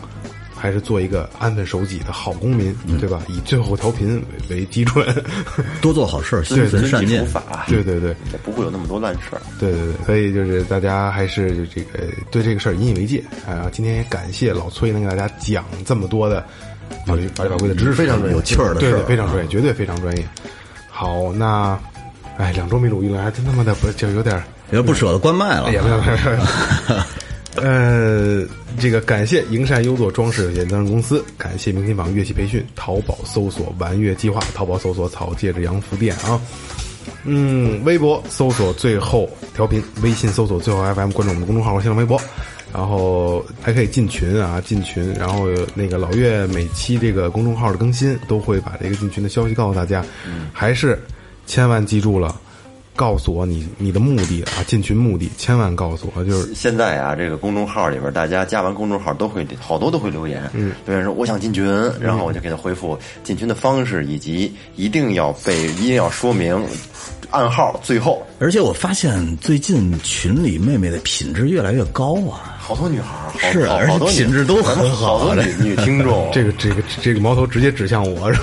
还是做一个安分守己的好公民，对吧？以最后调频为为基准。 多做好事儿，心对存善遵纪念守。法，对对对。也不会有那么多烂事儿。对对对，所以就是大家还是这个对这个事儿引以为戒啊！今天也感谢老崔能给大家讲这么多的法律法律法规的知识，非常专业有趣儿的对事对，儿非常专业，绝对非常专业。好，那哎，两周没录音了，还真他妈的不就有 点儿也不舍得关麦了哎。呀，没有没有没有。呃，这个感谢营山优作装饰有限责任公司，感谢明琴坊乐器培训，淘宝搜索“玩乐计划”，淘宝搜索“草戒指洋服店”啊。嗯，微博搜索最后调频，微信搜索最后 FM，关注我们的公众号和新浪微博，然后还可以进群啊，进群。然后那个老岳每期这个公众号的更新都会把这个进群的消息告诉大家，还是千万记住了。告诉我你你的目的啊，进群目的千万告诉我，就是现在啊，这个公众号里边，大家加完公众号都会好多都会留言，嗯，留言说我想进群，然后我就给他回复进群的方式，以及一定要被一定要说明暗号，最后而且我发现最近群里妹妹的品质越来越高啊，好多女孩儿，好是啊好而且好多女品质都很好啊好多女女听众，啊这个这个这个矛头直接指向我，是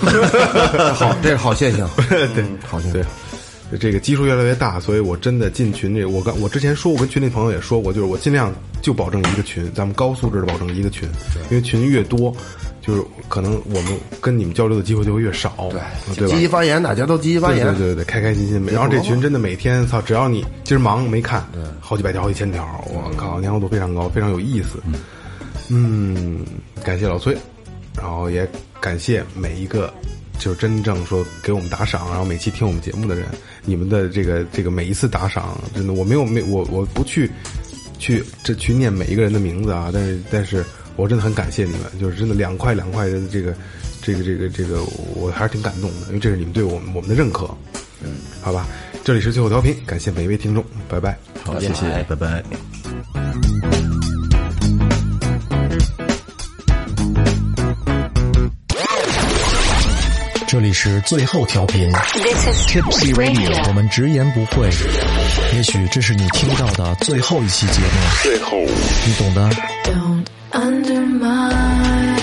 吧？好，这是好现 象，对，好现 象对。，这个基数越来越大，所以我真的进群这，我刚我之前说，我跟群里朋友也说过，就是我尽量就保证一个群，咱们高素质的保证一个群，因为群越多，就是可能我们跟你们交流的机会就会越少，对对吧积？极发言，大家都积极发对言对。对对，开开心心。然后这群真的每天操，只要你今儿忙没看，好几百条、好几千条，我嗯靠，粘合度非常高，非常有意思。嗯，感谢老崔，然后也感谢每一个就是真正说给我们打赏，然后每期听我们节目的人，你们的这个这个每一次打赏，真的我没有没我我不去去这去念每一个人的名字啊，但是但是我真的很感谢你们，就是真的两块两块的这个这个这个这个，我还是挺感动的，因为这是你们对我们我们的认可，嗯，好吧，这里是最后调频，感谢每一位听众，拜拜。好，谢谢，拜拜。这里是最后调频 This is Tipsy Radio，我们直言不讳，也许这是你听到的最后一期节目，最后，你懂的。 Don't undermine